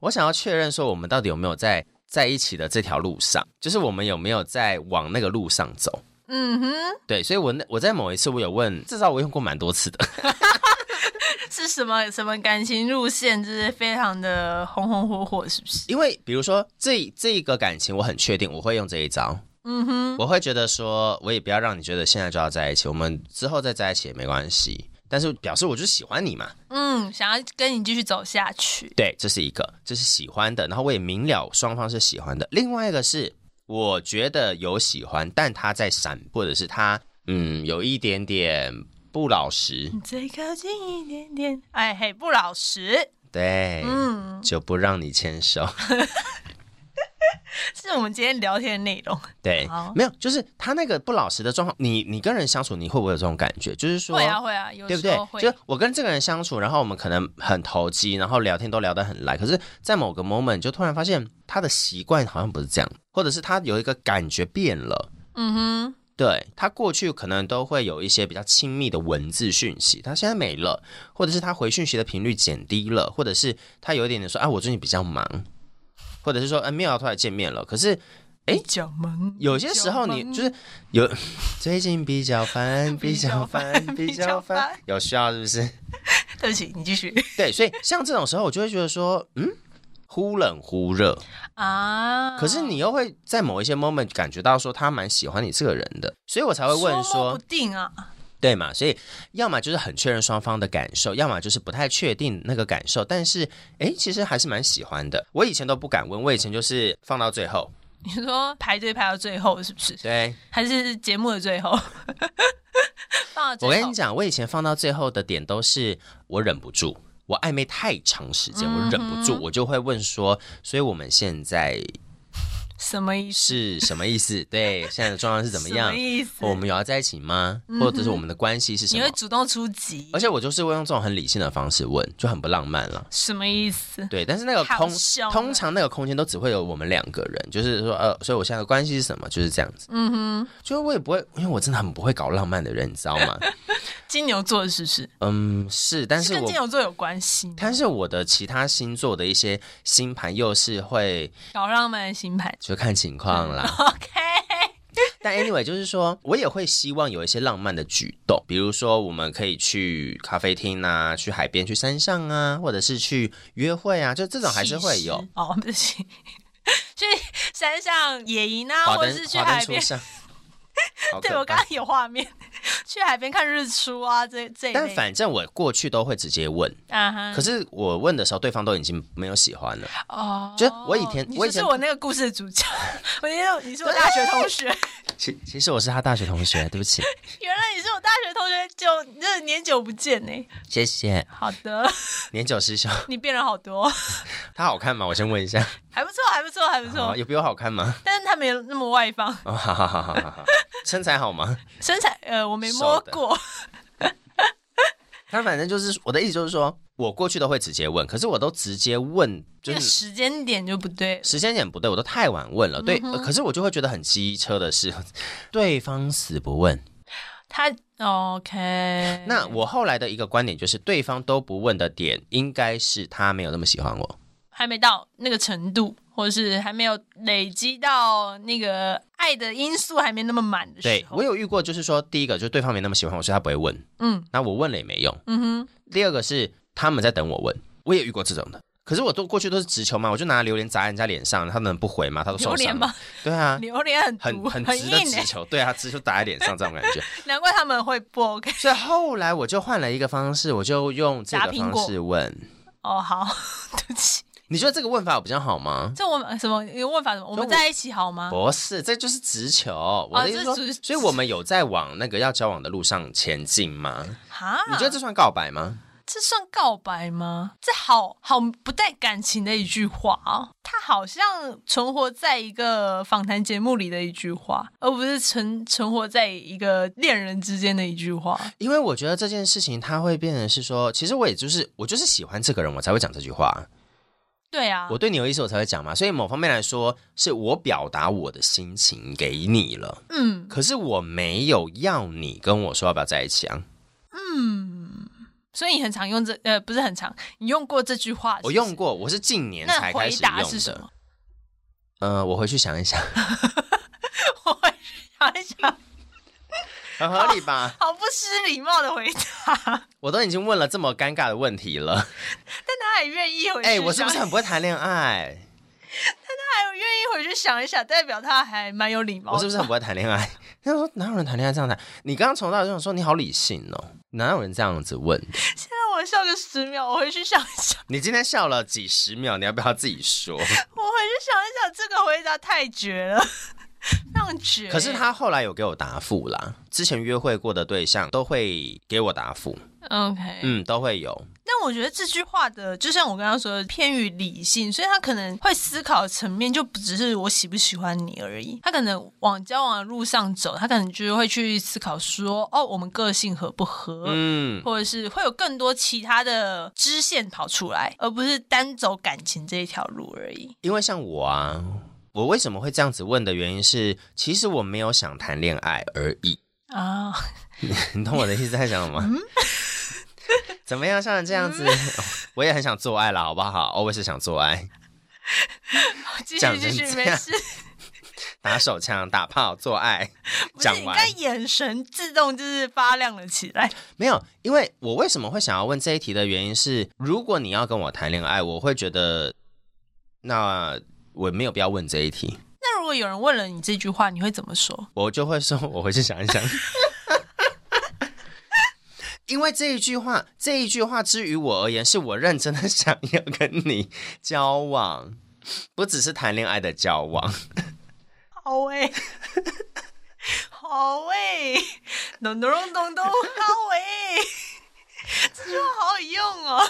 Speaker 1: 我想要确认说我们到底有没有在在一起的这条路上，就是我们有没有在往那个路上走，
Speaker 2: 嗯哼，
Speaker 1: 对，所以我那我在某一次我有问，至少我用过蛮多次的， <laughs>
Speaker 2: 是什么什么感情路线？就是非常的红红火火，是不是？
Speaker 1: 因为比如说这这一个感情，我很确定我会用这一招。嗯哼，我会觉得说，我也不要让你觉得现在就要在一起，我们之后再在一起也没关系。但是表示我就喜欢你嘛，
Speaker 2: 嗯，想要跟你继续走下去。
Speaker 1: 对，这是一个，这是喜欢的。然后我也明了双方是喜欢的。另外一个是，我觉得有喜欢，但他在闪，或者是他嗯有一点点不老实，
Speaker 2: 你再靠近一点点，哎嘿，不老实，
Speaker 1: 对，嗯，就不让你牵手。
Speaker 2: 是我们今天聊天的内容。
Speaker 1: 对
Speaker 2: 好，
Speaker 1: 没有，就是他那个不老实的状况，你你跟人相处，你会不会有这种感觉？就是说，
Speaker 2: 会啊会啊，有
Speaker 1: 对不
Speaker 2: 时
Speaker 1: 对
Speaker 2: 候会。？
Speaker 1: 就我跟这个人相处，然后我们可能很投机，然后聊天都聊得很来，可是，在某个 moment 就突然发现他的习惯好像不是这样，或者是他有一个感觉变了。
Speaker 2: 嗯哼，
Speaker 1: 对他过去可能都会有一些比较亲密的文字讯息，他现在没了，或者是他回讯息的频率减低了，或者是他有一点点说啊，我最近比较忙，或者是说哎、没有要突然见面了，可是哎
Speaker 2: 讲门
Speaker 1: 有些时候你就是有 <laughs> 最近比较烦，比较烦， <laughs> 比较烦，有需要是不是？ <laughs>
Speaker 2: 对不起，你继续
Speaker 1: 对，所以像这种时候，我就会觉得说，嗯，忽冷忽热，
Speaker 2: 啊。
Speaker 1: 可是你又会在某一些 moment 感觉到说他蛮喜欢你这个人的，所以我才会问
Speaker 2: 说摸
Speaker 1: 说
Speaker 2: 不，定啊， <laughs>
Speaker 1: 对嘛？所以要么就是很确认双方的感受，要么就是不太确定那个感受，但是诶，其实还是蛮喜欢的。我以前都不敢问，我以前就是放到最后，
Speaker 2: 你说排队排到最后是不是？
Speaker 1: 对。
Speaker 2: 还是节目的最后？ <laughs> 放到最
Speaker 1: 我
Speaker 2: 后
Speaker 1: 跟你讲，我以前放到最后的点都是我忍不住，我暧昧太长时间，我忍不
Speaker 2: 嗯
Speaker 1: 住，我就会问说，所以我们现在
Speaker 2: 什么意思？
Speaker 1: 是什么意思？对，现在的状况是怎么
Speaker 2: 什
Speaker 1: 样
Speaker 2: 么？意思？嗯
Speaker 1: 我们有要在一起吗？或者是我们的关系是什
Speaker 2: 你
Speaker 1: 么
Speaker 2: 会？主动出击
Speaker 1: 而？且我就是会用这种很理性的方式问，就很不浪漫了。
Speaker 2: 什么意思？
Speaker 1: 对，但是那个
Speaker 2: 好
Speaker 1: 空
Speaker 2: 凶啊
Speaker 1: 通常那个空间都只会有我们两个人，就是说呃，所以我现在的关系是什么？就是这样子。嗯哼，就是我也不会，因为我真的很不会搞浪漫的人，你知道吗？ <laughs>
Speaker 2: 金牛座是不是？
Speaker 1: 嗯，是，但
Speaker 2: 是
Speaker 1: 是
Speaker 2: 跟
Speaker 1: 我
Speaker 2: 金牛座有关系吗？
Speaker 1: 但是我的其他星座的一些星盘又是会
Speaker 2: 搞浪漫的星盘。 <laughs>
Speaker 1: 就看情况啦。
Speaker 2: OK，
Speaker 1: <laughs> 但 anyway，就是说我也会希望有一些浪漫的举动，比如说我们可以去咖啡厅啊，去海边、去山上啊，或者是去约会啊，就这种还是会
Speaker 2: 其
Speaker 1: 有
Speaker 2: 实。哦，对不起， <laughs> 去山上野营啊，
Speaker 1: 华
Speaker 2: 或者
Speaker 1: 灯
Speaker 2: 是去
Speaker 1: 华
Speaker 2: 海 <laughs>
Speaker 1: 灯初
Speaker 2: 边。
Speaker 1: 上，好
Speaker 2: 对
Speaker 1: 可
Speaker 2: 我刚
Speaker 1: 怕
Speaker 2: 刚有画面，去海边看日出啊，这这一
Speaker 1: 但
Speaker 2: 类
Speaker 1: 反正我过去都会直接问，
Speaker 2: 啊哈
Speaker 1: 可是我问的时候，对方都已经没有喜欢了。
Speaker 2: 哦，
Speaker 1: 就是我以前
Speaker 2: 你
Speaker 1: 我
Speaker 2: 就
Speaker 1: 以
Speaker 2: 是
Speaker 1: 前
Speaker 2: 我那个故事的主角，我觉得你是我大学同学，
Speaker 1: 其其实我是他大学同学，对不
Speaker 2: <laughs>
Speaker 1: 起，
Speaker 2: 原来你是我大学同学，就就是年久不见呢、
Speaker 1: 谢谢
Speaker 2: 好的，
Speaker 1: 年久失修。
Speaker 2: 你变了好多，
Speaker 1: 他好看吗？我先问一下，
Speaker 2: 还不错，还不错，还不错
Speaker 1: 哦，有比我好看吗？ <laughs>
Speaker 2: 但是他没有那么外放，
Speaker 1: 哦，好好好好好好，身材好吗？
Speaker 2: 身材呃我没摸
Speaker 1: 瘦的
Speaker 2: 过，
Speaker 1: 他反正就是我的意思，就是说我过去都会直接问，可是我都直接问，
Speaker 2: 这
Speaker 1: 就
Speaker 2: 个
Speaker 1: 是
Speaker 2: 时间点就不对了。
Speaker 1: 时间点不对，我都太晚问了。对，呃可是我就会觉得很机车的是， <laughs> 对方死不问。
Speaker 2: 他 OK，
Speaker 1: 那我后来的一个观点就是，对方都不问的点，应该是他没有那么喜欢我。
Speaker 2: 还没到那个程度，或者是还没有累积到那个爱的因素还没那么满的
Speaker 1: 对
Speaker 2: 时候。
Speaker 1: 我有遇过，就是说，第一个就是对方没那么喜欢我，所以他不会问。
Speaker 2: 嗯
Speaker 1: 那我问了也没用。
Speaker 2: 嗯哼，
Speaker 1: 第二个是他们在等我问，我也遇过这种的。可是我都过去都是直球嘛，我就拿榴莲砸人家脸上，他能不回吗？他都
Speaker 2: 榴
Speaker 1: 受
Speaker 2: 莲
Speaker 1: 伤了
Speaker 2: 吗。
Speaker 1: 对啊，
Speaker 2: 榴莲很
Speaker 1: 很
Speaker 2: 毒，
Speaker 1: 很
Speaker 2: 很
Speaker 1: 直的
Speaker 2: 硬
Speaker 1: 直
Speaker 2: 哎、
Speaker 1: 球，对啊，直球打在脸上这种感觉。 <laughs>
Speaker 2: 难怪他们会不 OK。
Speaker 1: 所以后来我就换了一个方式，我就用这
Speaker 2: 砸
Speaker 1: 个
Speaker 2: 苹
Speaker 1: 方
Speaker 2: 果
Speaker 1: 式问。
Speaker 2: 哦，好， <laughs> 对不起，
Speaker 1: 你觉得这个问法有比较好吗？
Speaker 2: 这我们什么有问法什么？我们
Speaker 1: 我
Speaker 2: 在一起好吗？
Speaker 1: 不是，这就是直球。我的意思说，
Speaker 2: 啊哦这是直
Speaker 1: 所以我们有在往那个要交往的路上前进吗？
Speaker 2: 哈，
Speaker 1: 你觉得这算告白吗？
Speaker 2: 这算告白吗？这好好不带感情的一句话啊！它好像存活在一个访谈节目里的一句话，而不是存存活在一个恋人之间的一句话。
Speaker 1: 因为我觉得这件事情，它会变成是说，其实我也就是我就是喜欢这个人，我才会讲这句话。
Speaker 2: 对啊，
Speaker 1: 我对你有意思，我才会讲嘛。所以某方面来说，是我表达我的心情给你了，
Speaker 2: 嗯
Speaker 1: 可是我没有要你跟我说要不要在一起啊。
Speaker 2: 嗯，所以你很常用这呃，不是很常，你用过这句啊话是不
Speaker 1: 我
Speaker 2: 是
Speaker 1: 用过，我是近年
Speaker 2: 那
Speaker 1: 才开
Speaker 2: 回
Speaker 1: 始
Speaker 2: 答
Speaker 1: 用
Speaker 2: 是什
Speaker 1: 的。
Speaker 2: 么？ <laughs>
Speaker 1: 呃，我回去想一想，
Speaker 2: 我会想一想，
Speaker 1: 很合理吧？
Speaker 2: 好不失礼貌的回答， <laughs>
Speaker 1: 我都已经问了这么尴尬的问题了，
Speaker 2: 但他还愿意回去想，
Speaker 1: 哎、我是不是很不会谈恋爱？
Speaker 2: <laughs> 他还愿意回去想一想，代表他还蛮有礼貌的。
Speaker 1: 我是不是很不会谈恋爱？ <laughs> 他说哪有人谈恋爱这样谈？你刚刚从头到尾就想说你好理性哦，哪有人这样子问？
Speaker 2: 现在我笑个十秒，我回去想一想， <laughs>
Speaker 1: 你今天笑了几十秒，你要不要自己说？
Speaker 2: 我回去想一想，这个回答太绝了， <laughs> 非常绝。
Speaker 1: 可是他后来有给我答复啦，之前约会过的对象都会给我答复，
Speaker 2: OK，
Speaker 1: 嗯，都会有。
Speaker 2: 但我觉得这句话的，就像我刚刚说的，偏于理性，所以他可能会思考的层面就不只是我喜不喜欢你而已，他可能往交往的路上走，他可能就会去思考说，哦，我们个性合不合。
Speaker 1: 嗯，
Speaker 2: 或者是会有更多其他的支线跑出来，而不是单走感情这一条路而已。
Speaker 1: 因为像我啊，我为什么会这样子问的原因是，其实我没有想谈恋爱而已。 <laughs>
Speaker 2: 啊，
Speaker 1: 你懂我的意思在想什么吗？ <laughs> 怎么样，像这样子， <laughs> 我也很想做爱了，好不好？哦我也是想做爱，
Speaker 2: 继续
Speaker 1: 讲
Speaker 2: 继
Speaker 1: 成
Speaker 2: 续，
Speaker 1: 这
Speaker 2: 没
Speaker 1: 样
Speaker 2: 事。
Speaker 1: 打手枪、打炮、做爱。
Speaker 2: 不是，
Speaker 1: 讲
Speaker 2: 你
Speaker 1: 完
Speaker 2: 看眼神自动就是发亮了起来。
Speaker 1: 没有，因为我为什么会想要问这一题的原因是，如果你要跟我谈恋爱，我会觉得那我没有必要问这一题，
Speaker 2: 那如果有人问了你这句话，你会怎么说？
Speaker 1: 我就会说我回去想一 <laughs> 想。因为这一句话，这一句话之于我而言，是我认真的想要跟你交往，不只是谈恋爱的交往。
Speaker 2: 好喂、 <laughs> 好喂、咚咚咚咚咚，好喂、这句话好有用哦。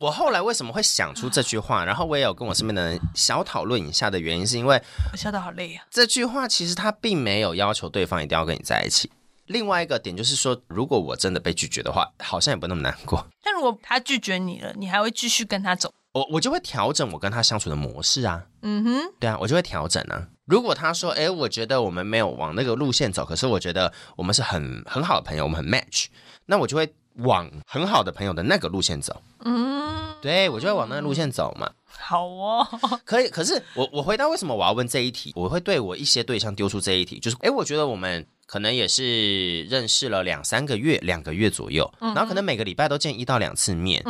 Speaker 1: 我后来为什么会想出这句话，然后我也有跟我身边的人小讨论一下的原因，是因为
Speaker 2: 我笑得好累啊。
Speaker 1: 这句话其实他并没有要求对方一定要跟你在一起。另外一个点就是说，如果我真的被拒绝的话，好像也不那么难过。
Speaker 2: 但如果他拒绝你了，你还会继续跟他走？
Speaker 1: 我我就会调整我跟他相处的模式啊，
Speaker 2: 嗯哼，
Speaker 1: 对啊，我就会调整啊。如果他说，诶，我觉得我们没有往那个路线走，可是我觉得我们是很很好的朋友，我们很 match，那我就会往很好的朋友的那个路线走。
Speaker 2: 嗯，
Speaker 1: 对，我就会往那个路线走嘛。
Speaker 2: 好哦。
Speaker 1: 可以，可是我我回到为什么我要问这一题，我会对我一些对象丢出这一题，就是诶，我觉得我们可能也是认识了两三个月，两个月左右，
Speaker 2: 嗯
Speaker 1: 然后可能每个礼拜都见一到两次面。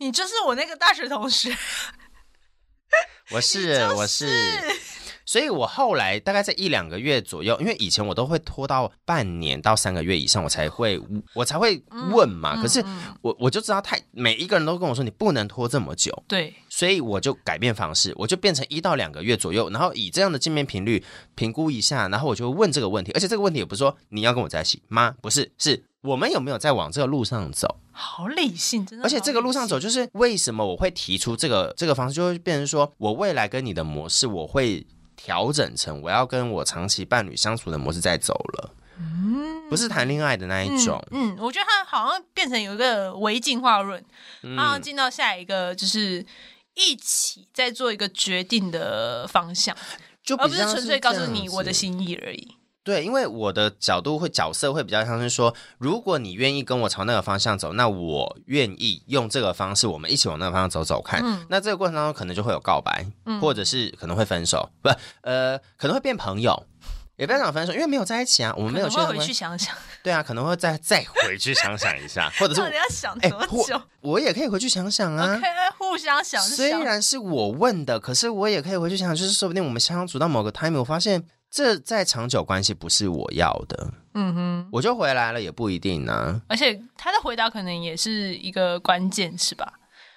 Speaker 2: 你就是我那个大学同学， <laughs>
Speaker 1: 我是、我是，所以我后来大概在一两个月左右，因为以前我都会拖到半年到三个月以上，我才会我才会
Speaker 2: 嗯
Speaker 1: 问嘛。可是我我就知道太每一个人都跟我说你不能拖这么久，
Speaker 2: 对，
Speaker 1: 所以我就改变方式，我就变成一到两个月左右，然后以这样的见面频率评估一下，然后我就会问这个问题，而且这个问题也不是说你要跟我在一起吗？不是，是我们有没有在往这个路上走？
Speaker 2: 好理性，真的。
Speaker 1: 而且这个路上走，，就是为什么我会提出这个这个方式，就会变成说我未来跟你的模式，我会调整成我要跟我长期伴侣相处的模式再走了，不是谈恋爱的那一种。
Speaker 2: 嗯，我觉得他好像变成有一个微进化论，
Speaker 1: 嗯
Speaker 2: 然后进到下一个就是。一起再做一个决定的方向，
Speaker 1: 就
Speaker 2: 而
Speaker 1: 比
Speaker 2: 不是
Speaker 1: 较
Speaker 2: 纯粹告诉
Speaker 1: 这样
Speaker 2: 你我的
Speaker 1: 子
Speaker 2: 心意而已。
Speaker 1: 对，因为我的角度会角色会比较像是说，如果你愿意跟我朝那个方向走，那我愿意用这个方式，我们一起往那个方向走走看。
Speaker 2: 嗯
Speaker 1: 那这个过程当中可能就会有告白，或者是可能会分手，不，呃，可能会变朋友。也不要讲分手，因为没有在一起啊，我们没有
Speaker 2: 可
Speaker 1: 确
Speaker 2: 能
Speaker 1: 认
Speaker 2: 会
Speaker 1: 关
Speaker 2: 回去想
Speaker 1: <laughs>
Speaker 2: 想，
Speaker 1: 对啊，可能会再再回去想想一下，或者是
Speaker 2: 到底要想
Speaker 1: 哎、
Speaker 2: 多
Speaker 1: 或
Speaker 2: 久？
Speaker 1: 我也可以回去想想啊。
Speaker 2: 可以互相想
Speaker 1: 虽
Speaker 2: 想。
Speaker 1: 然是我问的，可是我也可以回去想想，就是说不定我们相处到某个 time，我发现这在长久关系不是我要的，
Speaker 2: 嗯哼，
Speaker 1: 我就回来了也不一定啊呢、
Speaker 2: 而且他的回答可能也是一个关键，是吧？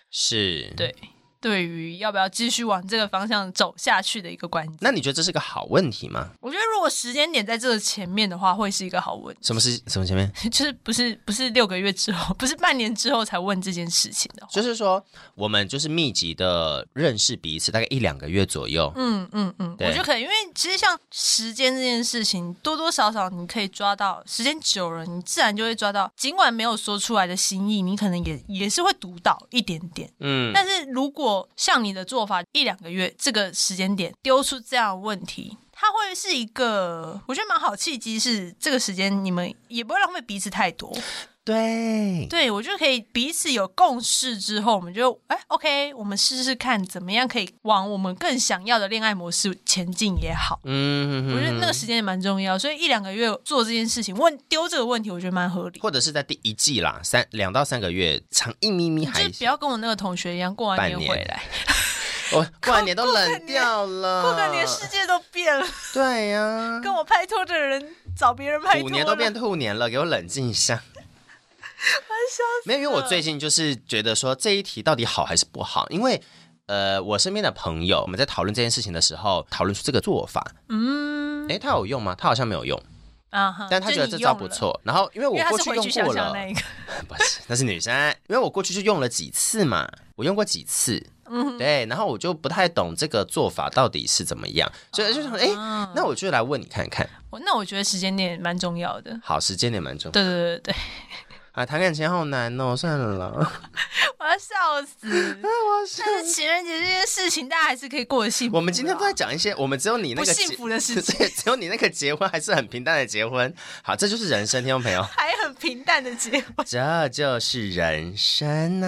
Speaker 1: 是，
Speaker 2: 对。对于要不要继续往这个方向走下去的一个关键，
Speaker 1: 那你觉得这是个好问题吗？
Speaker 2: 我觉得如果时间点在这个前面的话，会是一个好问题。 <laughs>
Speaker 1: 什么是什么前面？
Speaker 2: 就是不是不是六个月之后，不是半年之后才问这件事情的话。
Speaker 1: 就是说，我们就是密集的认识彼此，大概一两个月左右。
Speaker 2: 嗯嗯嗯，我
Speaker 1: 对
Speaker 2: 觉得可以，因为其实像时间这件事情，多多少少你可以抓到，时间久了，你自然就会抓到。尽管没有说出来的心意，你可能也也是会读到一点点。
Speaker 1: 嗯，
Speaker 2: 但是如果像你的做法，一两个月这个时间点丢出这样的问题，它会是一个我觉得蛮好契机，是这个时间你们也不会浪费彼此太多。
Speaker 1: 对，
Speaker 2: 对我觉得可以彼此有共识之后，我们就哎，OK，我们试试看怎么样可以往我们更想要的恋爱模式前进也好。
Speaker 1: 嗯，
Speaker 2: 我觉得那个时间也蛮重要，所以一两个月做这件事情，问丢这个问题，我觉得蛮合理。
Speaker 1: 或者是在第一季啦，三两到三个月，长一咪咪
Speaker 2: 你就
Speaker 1: 还
Speaker 2: 是不要跟我那个同学一样，过完年
Speaker 1: 半年
Speaker 2: 回
Speaker 1: <laughs>
Speaker 2: 来，
Speaker 1: 我哦过完年都冷掉了，
Speaker 2: 过个年世界都变了，
Speaker 1: 对呀、
Speaker 2: 跟我拍拖的人找别人拍
Speaker 1: 虎
Speaker 2: 拖
Speaker 1: 嗯年都
Speaker 2: 了
Speaker 1: 变。兔年了，给我冷静一
Speaker 2: <laughs>
Speaker 1: 下。没有，因为我最近就是觉得说这一题到底好还是不好，因为呃，我身边的朋友我们在讨论这件事情的时候，讨论出这个做法，
Speaker 2: 嗯
Speaker 1: 诶，他有用吗？他好像没有用，
Speaker 2: 啊哈，
Speaker 1: 但他
Speaker 2: 就
Speaker 1: 觉得
Speaker 2: 你
Speaker 1: 这招
Speaker 2: 用
Speaker 1: 不
Speaker 2: 了，
Speaker 1: 错。然后因为我
Speaker 2: 因为他
Speaker 1: 过
Speaker 2: 是
Speaker 1: 去
Speaker 2: 回去
Speaker 1: 用
Speaker 2: 想
Speaker 1: 过
Speaker 2: 想
Speaker 1: 了， <laughs>
Speaker 2: 那一个，
Speaker 1: 不是，那是女生。因为我过去就用了几次嘛，我用过几次，嗯，对，然后我就不太懂这个做法到底是怎么样，所以就想，哎、
Speaker 2: 啊
Speaker 1: 那我就来问你看看。
Speaker 2: 我那我觉得时间点蛮重要的。
Speaker 1: 好，时间点蛮重要
Speaker 2: 对对对对，
Speaker 1: 啊，谈感情好难哦，算了啦。
Speaker 2: 我要笑
Speaker 1: <laughs> 啊
Speaker 2: 死！但是情人节这件事情，大家还是可以过得幸福啦。
Speaker 1: 我们今天都在讲一些，我们只有你那
Speaker 2: 不
Speaker 1: 个
Speaker 2: 幸
Speaker 1: 结 <laughs>
Speaker 2: 福的事情，，
Speaker 1: 对，只有你那个结婚还是很平淡的结婚。好，这就是人生，听众朋友
Speaker 2: 还很平淡的结婚。 <laughs>
Speaker 1: 这就是人生呐、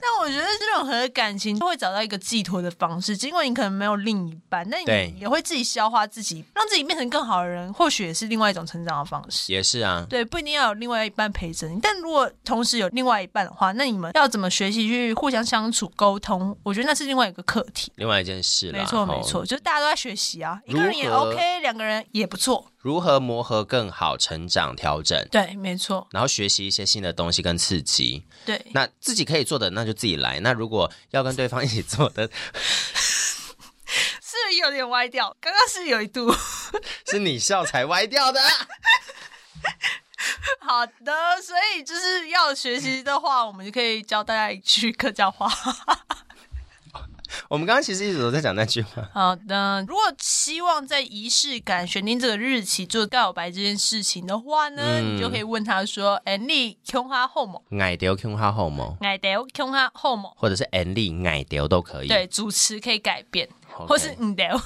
Speaker 2: 但我觉得任何感情都会找到一个寄托的方式，尽管你可能没有另一半，但
Speaker 1: 对
Speaker 2: 你也会自己消化自己，让自己变成更好的人，或许也是另外一种成长的方式。
Speaker 1: 也是啊，
Speaker 2: 对，不一定要有另外一半陪着你，但如果同时有另外一半的话，那你们要怎么学习去互相相处、沟通？我觉得那是另外一个课题。
Speaker 1: 另外一件事啦，
Speaker 2: 没错，
Speaker 1: 吼
Speaker 2: 没错，就是大家都在学习啊，一个人也
Speaker 1: 如何
Speaker 2: OK，两个人也不错。
Speaker 1: 如何磨合更好、成长、调整，
Speaker 2: 对，没错，
Speaker 1: 然后学习一些新的东西跟刺激。
Speaker 2: 对。
Speaker 1: 那自己可以做的，那就自己来。那如果要跟对方一起做的，
Speaker 2: 是不是有点歪掉？刚刚是有一度。 <laughs>
Speaker 1: 是你笑才歪掉的。啊
Speaker 2: 好的，所以就是要学习的话，我们就可以教大家一句客家话。
Speaker 1: <laughs>
Speaker 2: <laughs>
Speaker 1: 我们刚刚其实一直都在讲那句话。
Speaker 2: 好的，如果希望在仪式感选定这个日期做告白这件事情的话呢，
Speaker 1: 嗯
Speaker 2: 你就可以问他说：“哎，你穷哈后母，
Speaker 1: 矮掉 Q 哈后吗？
Speaker 2: 爱得穷哈后母。
Speaker 1: 或者是 N 力矮掉都可”以。
Speaker 2: 对，主持可以改变，
Speaker 1: OK，
Speaker 2: 或是你得 <laughs>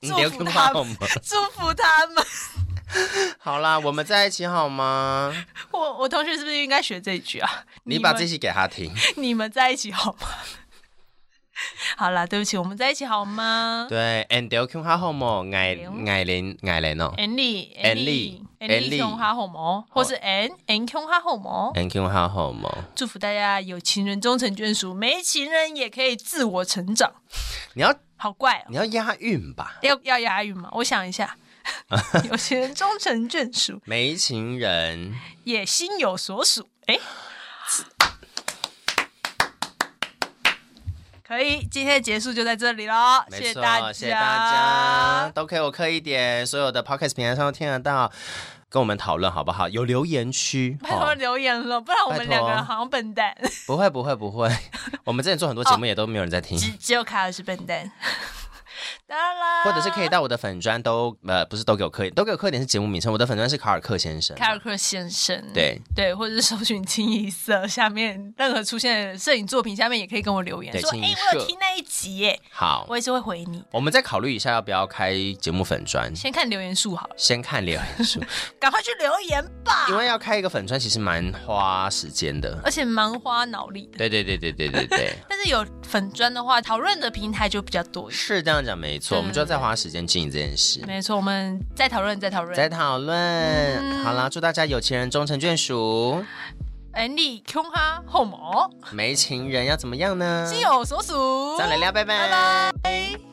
Speaker 2: 祝
Speaker 1: 你 Q
Speaker 2: 福他
Speaker 1: 哈
Speaker 2: 们，
Speaker 1: 后吗？
Speaker 2: 祝福他们。 <laughs>
Speaker 1: 好啦，我们在一起好
Speaker 2: <laughs>
Speaker 1: 吗？
Speaker 2: 我我同学是不是应该学这一句啊？
Speaker 1: 你把
Speaker 2: 们
Speaker 1: 这些给他
Speaker 2: <laughs>
Speaker 1: 听。
Speaker 2: 你们在一起好吗？ <laughs> 好啦，对不起，我们在一起好吗？哎
Speaker 1: 对，N 掉 Q 哈后吗？矮矮林矮林哦。
Speaker 2: 安利，
Speaker 1: 安利
Speaker 2: ，N 穷哈好毛，或是 N N 穷哈好毛。
Speaker 1: ，NQ 好好吗？
Speaker 2: 祝福大家有情人终成眷属，没情人也可以自我成长。
Speaker 1: 你要
Speaker 2: 好怪哦，
Speaker 1: 你要押韵吧？
Speaker 2: 要要押韵吗？我想
Speaker 1: <laughs>
Speaker 2: 一下，有情人终成眷属，
Speaker 1: 没情人，
Speaker 2: 也心有所属。哎，可以，今天的结束就在这里喽，
Speaker 1: 没
Speaker 2: 谢
Speaker 1: 错，
Speaker 2: 大家，
Speaker 1: 谢谢大家，都给我刻一点，所有的 podcast 平台上都听得到，跟我们讨论好不好？有留言区，
Speaker 2: 拜托
Speaker 1: 哦
Speaker 2: 留言了，不然我
Speaker 1: 拜
Speaker 2: 们
Speaker 1: 托
Speaker 2: 两个人好像笨蛋，
Speaker 1: 不会不会不
Speaker 2: <laughs>
Speaker 1: 会，我们之前做很多节目也都没有人在听。
Speaker 2: 只只有卡尔是笨蛋。 <laughs> 当然啦，
Speaker 1: 或者是可以到我的粉砖都呃不是都给我刻一都给我刻一点是节目名称，我的粉砖是卡尔克先生，
Speaker 2: 凯尔嗯克先生，
Speaker 1: 对
Speaker 2: 对，或者是搜寻清一色下面任何出现的摄影作品下面也可以跟我留言
Speaker 1: 对
Speaker 2: 说，
Speaker 1: 清
Speaker 2: 哎、
Speaker 1: 一
Speaker 2: 我有
Speaker 1: 色
Speaker 2: 听那一集耶，
Speaker 1: 好，
Speaker 2: 我也是会回你。
Speaker 1: 我们再考虑一下要不要开节目粉砖，
Speaker 2: 先看留言数好了，
Speaker 1: 先看留言
Speaker 2: <laughs>
Speaker 1: 数，
Speaker 2: 赶快去留言吧，
Speaker 1: 因为要开一个粉砖其实蛮花时间的。
Speaker 2: 而且蛮花脑力的。
Speaker 1: 对对对对对对
Speaker 2: <laughs>
Speaker 1: 对，
Speaker 2: 但是有粉砖的话，讨论的平台就比较多一些。
Speaker 1: 是这样讲没错，
Speaker 2: 对
Speaker 1: 我们就要再花时间经营这件事。
Speaker 2: 嗯没错，我们再讨论，再讨论。
Speaker 1: 再讨论，
Speaker 2: 嗯
Speaker 1: 好啦，祝大家有情人终成眷属，
Speaker 2: 安利 Q 哈后毛，
Speaker 1: 没情人要怎么样呢？
Speaker 2: 心有所属。
Speaker 1: 嗯再来聊，拜拜
Speaker 2: 拜拜。